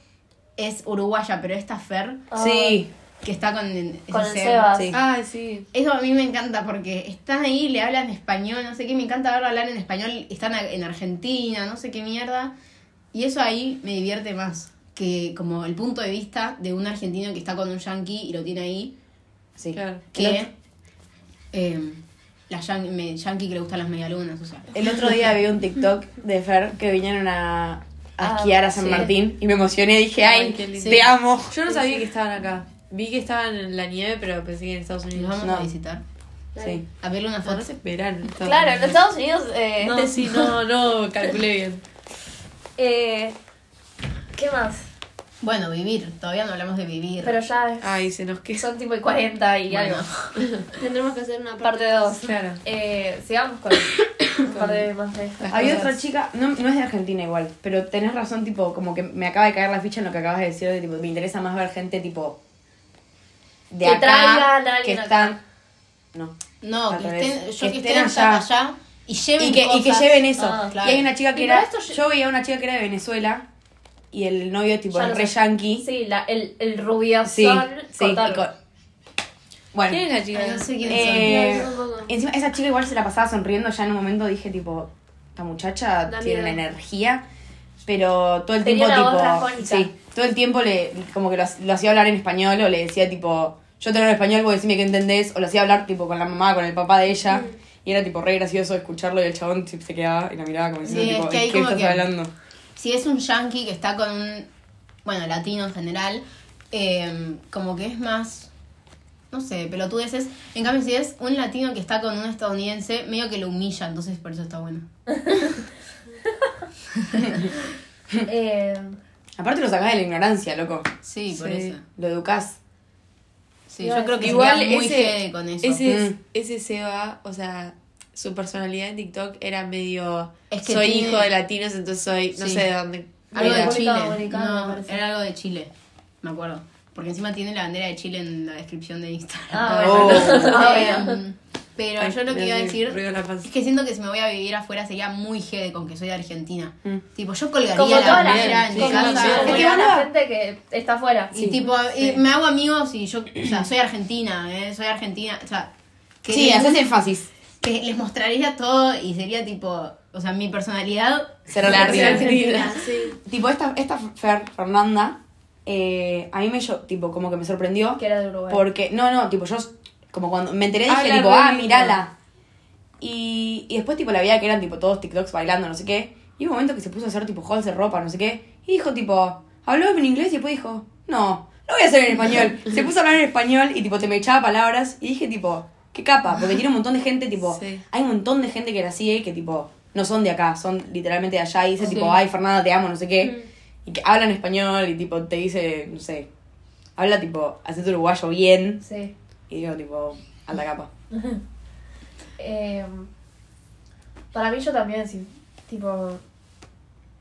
Speaker 5: es uruguaya, pero esta Fer
Speaker 1: Sí,
Speaker 5: que está con, el-
Speaker 4: con el
Speaker 5: ese ser.
Speaker 4: Sebas.
Speaker 1: sí.
Speaker 2: Ay, sí.
Speaker 5: Eso a mí me encanta porque están ahí, le hablan español, no sé qué, me encanta verlo hablar en español, están a- en Argentina, no sé qué mierda. Y eso ahí me divierte más que como el punto de vista de un argentino que está con un yankee y lo tiene ahí,
Speaker 1: sí.
Speaker 2: Claro.
Speaker 5: que eh, la yan- me- yankee que le gustan las medialunas, o sea.
Speaker 1: El otro día vi un TikTok de Fer que vinieron a, a
Speaker 4: Ah,
Speaker 1: esquiar a San
Speaker 4: sí.
Speaker 1: Martín y me emocioné. Dije,
Speaker 2: Ay,
Speaker 1: ay,
Speaker 2: qué lindo.
Speaker 1: te amo.
Speaker 2: Yo no sabía que estaban acá. Vi que estaban en la nieve, pero pensé que en Estados
Speaker 5: Nos
Speaker 2: Unidos.
Speaker 5: vamos
Speaker 1: No.
Speaker 5: a visitar.
Speaker 1: Sí.
Speaker 5: A verle una
Speaker 2: No, no
Speaker 5: foto.
Speaker 2: se esperan. en Estados
Speaker 4: Claro, en
Speaker 2: Unidos.
Speaker 4: Estados Unidos. Eh,
Speaker 2: No,
Speaker 4: este-
Speaker 2: sí, no, no, calculé bien.
Speaker 4: Eh, ¿Qué más?
Speaker 5: Bueno, vivir. Todavía no hablamos de vivir.
Speaker 4: Pero ya es-
Speaker 2: Ay, se nos queda.
Speaker 4: son tipo 40 y
Speaker 5: Bueno.
Speaker 4: algo.
Speaker 3: Tendremos que hacer una
Speaker 4: Parte 2.
Speaker 2: Claro.
Speaker 4: Eh, sigamos con un par de más de estas.
Speaker 1: Había
Speaker 2: cosas.
Speaker 1: otra chica, no, no es de Argentina igual, pero tenés razón, tipo, como que me acaba de caer la ficha en lo que acabas de decir, de tipo, me interesa más ver gente tipo de
Speaker 4: Que
Speaker 1: acá
Speaker 4: traigan a alguien
Speaker 1: que
Speaker 4: acá.
Speaker 1: están. No.
Speaker 5: No,
Speaker 1: Al
Speaker 5: que
Speaker 1: revés.
Speaker 5: estén, yo
Speaker 1: Que
Speaker 5: que
Speaker 1: estén
Speaker 5: estén allá,
Speaker 1: allá.
Speaker 5: allá y lleven
Speaker 1: Y que, y que
Speaker 5: cosas.
Speaker 1: lleven eso.
Speaker 4: Ah,
Speaker 5: claro.
Speaker 1: Y hay una chica que
Speaker 4: Y para
Speaker 1: era.
Speaker 4: esto yo-
Speaker 1: Yo veía una chica que era de Venezuela y el novio tipo
Speaker 4: Ya
Speaker 1: es
Speaker 4: lo
Speaker 1: re
Speaker 4: sé.
Speaker 1: yankee.
Speaker 4: Sí, la, el, el
Speaker 1: Sí,
Speaker 4: rubiazón.
Speaker 1: sí, y
Speaker 4: cortalo.
Speaker 1: con- Bueno.
Speaker 2: ¿Quién es la chica?
Speaker 5: No sé quién
Speaker 1: Eh,
Speaker 3: No, yo tampoco.
Speaker 1: encima esa chica igual se la pasaba sonriendo ya en un momento dije tipo esta muchacha
Speaker 3: Da
Speaker 1: tiene una
Speaker 3: miedo.
Speaker 1: energía pero todo el
Speaker 4: Tenía
Speaker 1: tiempo
Speaker 4: una voz
Speaker 1: tipo
Speaker 4: rafónica.
Speaker 1: sí todo el tiempo le como que lo, ha- lo hacía hablar en español o le decía tipo yo te hablo en español vos decime que entendés o lo hacía hablar tipo con la mamá con el papá de ella y era tipo re gracioso escucharlo y el chabón tipo, se quedaba y la miraba como diciendo
Speaker 5: Sí, es
Speaker 1: tipo
Speaker 5: que hay
Speaker 1: ¿de qué
Speaker 5: como
Speaker 1: estás
Speaker 5: que-
Speaker 1: hablando?
Speaker 5: si es un yankee que está con un, bueno, latino en general, eh, como que es más, no sé, pelotudeces. En cambio, si es un latino que está con un estadounidense, medio que lo humilla, entonces por eso está bueno.
Speaker 4: Eh,
Speaker 1: aparte lo sacás de la ignorancia loco
Speaker 5: Sí, por
Speaker 2: Sí.
Speaker 5: eso.
Speaker 1: lo educás
Speaker 5: Sí,
Speaker 4: Iba a
Speaker 5: yo creo que
Speaker 4: decir-
Speaker 5: igual
Speaker 2: Igual
Speaker 5: muy
Speaker 2: ese-
Speaker 5: heavy con eso.
Speaker 2: Ese, es-
Speaker 1: Mm.
Speaker 2: ese Seba, o sea, su personalidad en TikTok era medio.
Speaker 5: Es que
Speaker 2: soy
Speaker 5: tiene-
Speaker 2: hijo de latinos, entonces soy. No
Speaker 5: Sí.
Speaker 2: sé de dónde.
Speaker 5: algo de
Speaker 2: era.
Speaker 4: República
Speaker 5: Chile.
Speaker 4: Dominicana, me
Speaker 5: No,
Speaker 4: parece.
Speaker 5: era algo de Chile, me acuerdo. Porque encima tiene la bandera de Chile en la descripción de Instagram.
Speaker 4: ah,
Speaker 1: Oh.
Speaker 4: bueno. Ah,
Speaker 5: Eh,
Speaker 4: bueno.
Speaker 5: Pero
Speaker 2: Ay,
Speaker 5: yo lo
Speaker 2: me
Speaker 5: que iba a
Speaker 2: hace
Speaker 5: decir
Speaker 2: ruido la panza.
Speaker 5: es que siento que si me voy a vivir afuera sería muy jede con que soy de Argentina.
Speaker 1: Mm.
Speaker 5: Tipo, yo colgaría
Speaker 4: Como
Speaker 5: la
Speaker 4: toda la
Speaker 5: bandera en
Speaker 4: gente.
Speaker 5: mi
Speaker 4: Como
Speaker 5: casa.
Speaker 4: toda- como
Speaker 1: Es que
Speaker 4: la
Speaker 1: van a-
Speaker 4: gente que está afuera.
Speaker 5: Y tipo, y me hago amigos y yo, o sea, soy argentina, ¿eh? soy argentina, o sea, que,
Speaker 1: sí haces énfasis
Speaker 5: que les mostraría todo y sería tipo, o sea, mi personalidad
Speaker 1: Ser argentina.
Speaker 3: Sí.
Speaker 1: tipo esta, esta Fer, Fernanda eh, a mí me yo, tipo como que me sorprendió
Speaker 4: Que era de Uruguay.
Speaker 1: Porque, no, no, tipo, yo como cuando me enteré dije,
Speaker 2: Habla
Speaker 1: tipo,
Speaker 2: re
Speaker 1: ah,
Speaker 2: lindo".
Speaker 1: mirala. Y, y después, tipo, la veía que eran, tipo, todos TikToks bailando, no sé qué. Y hubo un momento que se puso a hacer, tipo, hauls de ropa, no sé qué. Y dijo, tipo, habló en inglés y después dijo, no, no voy a hacer en español. se puso a hablar en español y, tipo, te me echaba palabras. Y dije, tipo, qué capa, porque tiene un montón de gente, tipo,
Speaker 2: Sí.
Speaker 1: hay un montón de gente que la sigue que, tipo, no son de acá, son literalmente de allá. Y dice, tipo, ay, Fernanda, te amo, no sé qué. Y que hablan español y, tipo, te dice, no sé, habla, tipo, acento uruguayo bien.
Speaker 4: Sí.
Speaker 1: Y digo, tipo, alta capa.
Speaker 4: Eh, para mí yo también, sí. Tipo,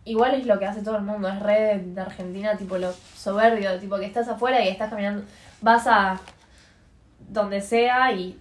Speaker 4: igual es lo que hace todo el mundo, es red de Argentina, tipo lo soberbio, tipo que estás afuera y estás caminando, vas a donde sea y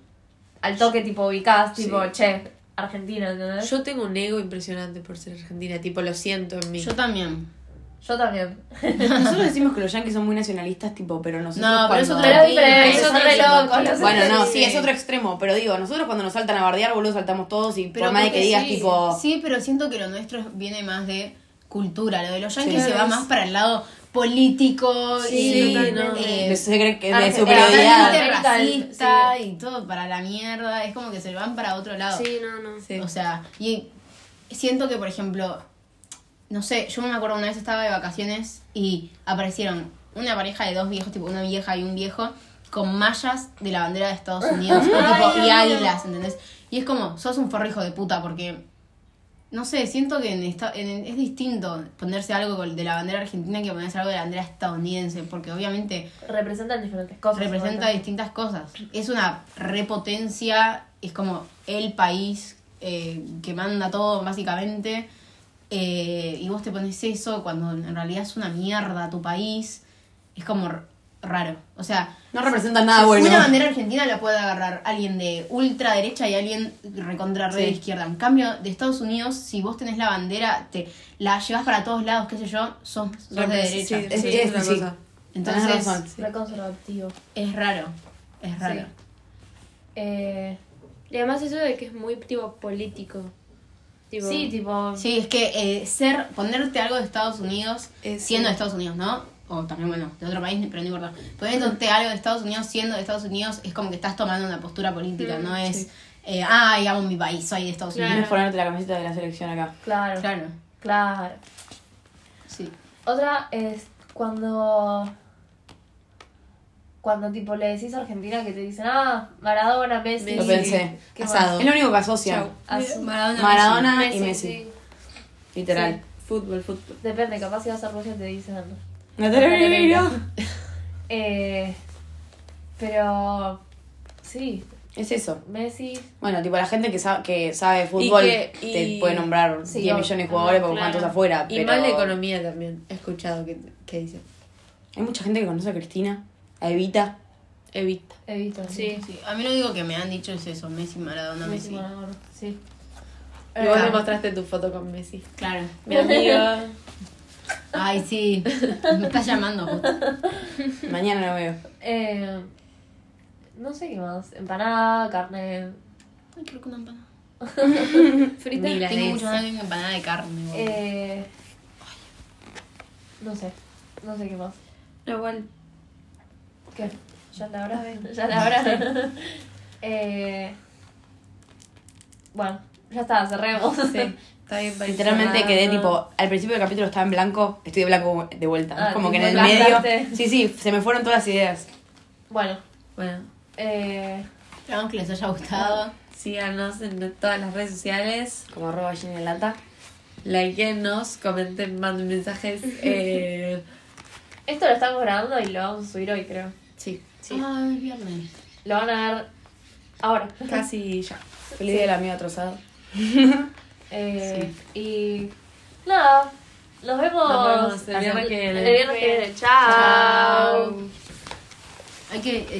Speaker 4: al toque tipo ubicás, tipo,
Speaker 2: Sí.
Speaker 4: che, Argentina, ¿entendés? Yo,
Speaker 2: Yo tengo un ego impresionante por ser argentina, tipo, lo siento en mí.
Speaker 5: yo también.
Speaker 4: también.
Speaker 1: Nosotros decimos que los yankees son muy nacionalistas, tipo, pero nosotros.
Speaker 5: No, pero eso te
Speaker 1: cuando-
Speaker 4: Pero
Speaker 5: lo
Speaker 4: es
Speaker 5: digo,
Speaker 4: diferente,
Speaker 5: eso
Speaker 4: son
Speaker 5: te
Speaker 4: re
Speaker 5: lo digo.
Speaker 4: locos los
Speaker 1: Bueno, no,
Speaker 4: argentinos.
Speaker 1: sí, es otro extremo, pero digo, nosotros cuando nos saltan a bardear, boludo, saltamos todos y
Speaker 5: Pero
Speaker 1: por más de que
Speaker 5: porque
Speaker 1: digas,
Speaker 5: sí,
Speaker 1: tipo.
Speaker 5: Sí, pero siento que lo nuestro viene más de cultura. Lo de los yankees
Speaker 1: Sí.
Speaker 5: se va más para el lado político
Speaker 2: Sí,
Speaker 5: y
Speaker 2: total, no.
Speaker 5: eh,
Speaker 1: De, se cree que
Speaker 4: Ah,
Speaker 1: de
Speaker 4: sí,
Speaker 1: superioridad.
Speaker 4: eh,
Speaker 5: totalmente
Speaker 4: América del-
Speaker 5: racista y todo para la mierda. Es como que se van para otro lado.
Speaker 3: Sí, no, no.
Speaker 2: Sí.
Speaker 5: O sea, y siento que, por ejemplo, no sé, yo me acuerdo una vez estaba de vacaciones y aparecieron una pareja de dos viejos, tipo una vieja y un viejo, con mallas de la bandera de Estados Unidos o tipo, y águilas, ¿entendés? Y es como, sos un forro hijo de puta porque, no sé, siento que en esta- en- es distinto ponerse algo con- de la bandera argentina que ponerse algo de la bandera estadounidense, porque obviamente
Speaker 4: Representan diferentes cosas.
Speaker 5: representa
Speaker 4: igual.
Speaker 5: distintas cosas. Es una repotencia, es como el país eh, que manda todo, básicamente. Eh, y vos te pones eso cuando en realidad es una mierda tu país. Es como r- raro. O sea,
Speaker 1: No representan nada Ah, bueno.
Speaker 5: una bandera argentina la puede agarrar alguien de ultraderecha y alguien recontra re de
Speaker 1: Sí.
Speaker 5: izquierda. En cambio, de Estados Unidos, si vos tenés la bandera, te la llevas para todos lados, qué sé yo, sos, sos de
Speaker 2: Repre- sí,
Speaker 5: derecha.
Speaker 2: sí,
Speaker 1: Es-
Speaker 2: sí,
Speaker 1: es-
Speaker 2: es otra
Speaker 1: sí.
Speaker 2: cosa.
Speaker 5: Entonces,
Speaker 1: Tenés razón.
Speaker 4: Re conservativo.
Speaker 5: es raro. Es raro.
Speaker 4: Sí. Eh,
Speaker 3: Y además eso de que es muy tipo político. Tipo,
Speaker 4: sí, tipo...
Speaker 5: Sí, es que eh, ser, ponerte algo de Estados Unidos,
Speaker 2: Es-
Speaker 5: siendo de Estados Unidos, ¿no? O también, bueno, de otro país, pero no importa. Ponerte algo de Estados Unidos, siendo de Estados Unidos, es como que estás tomando una postura política, no es, eh, ah, amo mi país, soy de Estados
Speaker 3: Claro.
Speaker 5: Unidos.
Speaker 1: Tienes ponerte la camiseta de la selección acá.
Speaker 4: Claro, claro.
Speaker 5: Claro,
Speaker 4: claro.
Speaker 5: sí.
Speaker 4: Otra es cuando. Cuando tipo le decís a Argentina que te dicen, ah, Maradona, Messi.
Speaker 1: Lo
Speaker 2: Sí.
Speaker 1: pensé.
Speaker 4: ¿Qué Ah,
Speaker 5: Asado.
Speaker 1: Es lo único que asocia.
Speaker 2: Chau.
Speaker 4: más? Azul.
Speaker 5: Maradona.
Speaker 1: Maradona y
Speaker 3: Messi,
Speaker 1: Messi.
Speaker 3: sí.
Speaker 1: Literal.
Speaker 2: Fútbol, fútbol.
Speaker 4: Depende, capaz si vas a Rusia te dicen.
Speaker 1: Natalia Oreiro.
Speaker 4: Eh, pero. Sí,
Speaker 1: Es eso.
Speaker 4: Messi.
Speaker 1: Bueno, tipo, la gente que sabe, que sabe fútbol
Speaker 2: que-
Speaker 1: te
Speaker 2: y- Ah,
Speaker 1: puede nombrar
Speaker 4: Sí,
Speaker 1: 10
Speaker 4: no,
Speaker 1: millones de jugadores porque
Speaker 3: claro.
Speaker 1: cuántos afuera.
Speaker 2: Y
Speaker 1: pero-
Speaker 2: mal de economía también. He escuchado que, que dice.
Speaker 1: Hay mucha gente que conoce a Cristina, a Evita.
Speaker 2: Evita.
Speaker 4: He visto.
Speaker 3: Sí.
Speaker 5: Sí, a mí lo único que me han dicho es eso, Messi, Maradona,
Speaker 4: Messi,
Speaker 5: Messi.
Speaker 4: Maradona, sí. Eh,
Speaker 2: Y vos me mostraste tu foto con Messi.
Speaker 5: Claro.
Speaker 2: Mi amiga.
Speaker 5: Ay, sí. Me estás llamando justo.
Speaker 1: Mañana no veo.
Speaker 4: Eh, no sé qué más. Empanada, carne.
Speaker 5: Ay, creo que una empanada.
Speaker 4: Frita.
Speaker 5: Tengo mucho más que empanada de carne. boludo.
Speaker 4: Eh, no sé. No sé qué más.
Speaker 2: No, igual.
Speaker 4: ¿Qué? Ya la habrás Ya la habrás eh, Bueno, ya está, cerremos.
Speaker 2: Sí. Está bien parecido.
Speaker 1: Literalmente
Speaker 4: Ah.
Speaker 1: quedé tipo, al principio del capítulo estaba en blanco, estoy de blanco de vuelta.
Speaker 4: Ah,
Speaker 1: como que en
Speaker 4: tipo,
Speaker 1: el medio.
Speaker 4: blancaste.
Speaker 1: Sí, sí, se me fueron todas las ideas.
Speaker 4: Bueno,
Speaker 2: Bueno,
Speaker 4: eh,
Speaker 5: Esperamos que les haya gustado.
Speaker 2: síganos en todas las redes sociales.
Speaker 1: Como arroba gallina en lata.
Speaker 2: Likeennos, comenten, manden mensajes. Eh,
Speaker 4: esto lo estamos grabando y lo vamos a subir hoy, creo.
Speaker 2: sí,
Speaker 5: Ay, viernes.
Speaker 4: Lo van a ver ahora.
Speaker 2: casi ya.
Speaker 1: Feliz día del amigo atrasado.
Speaker 4: Eh, Y nada, nos vemos.
Speaker 2: Nos vemos el viernes que viene.
Speaker 4: El viernes que viene. Chao.
Speaker 5: Hay que editar.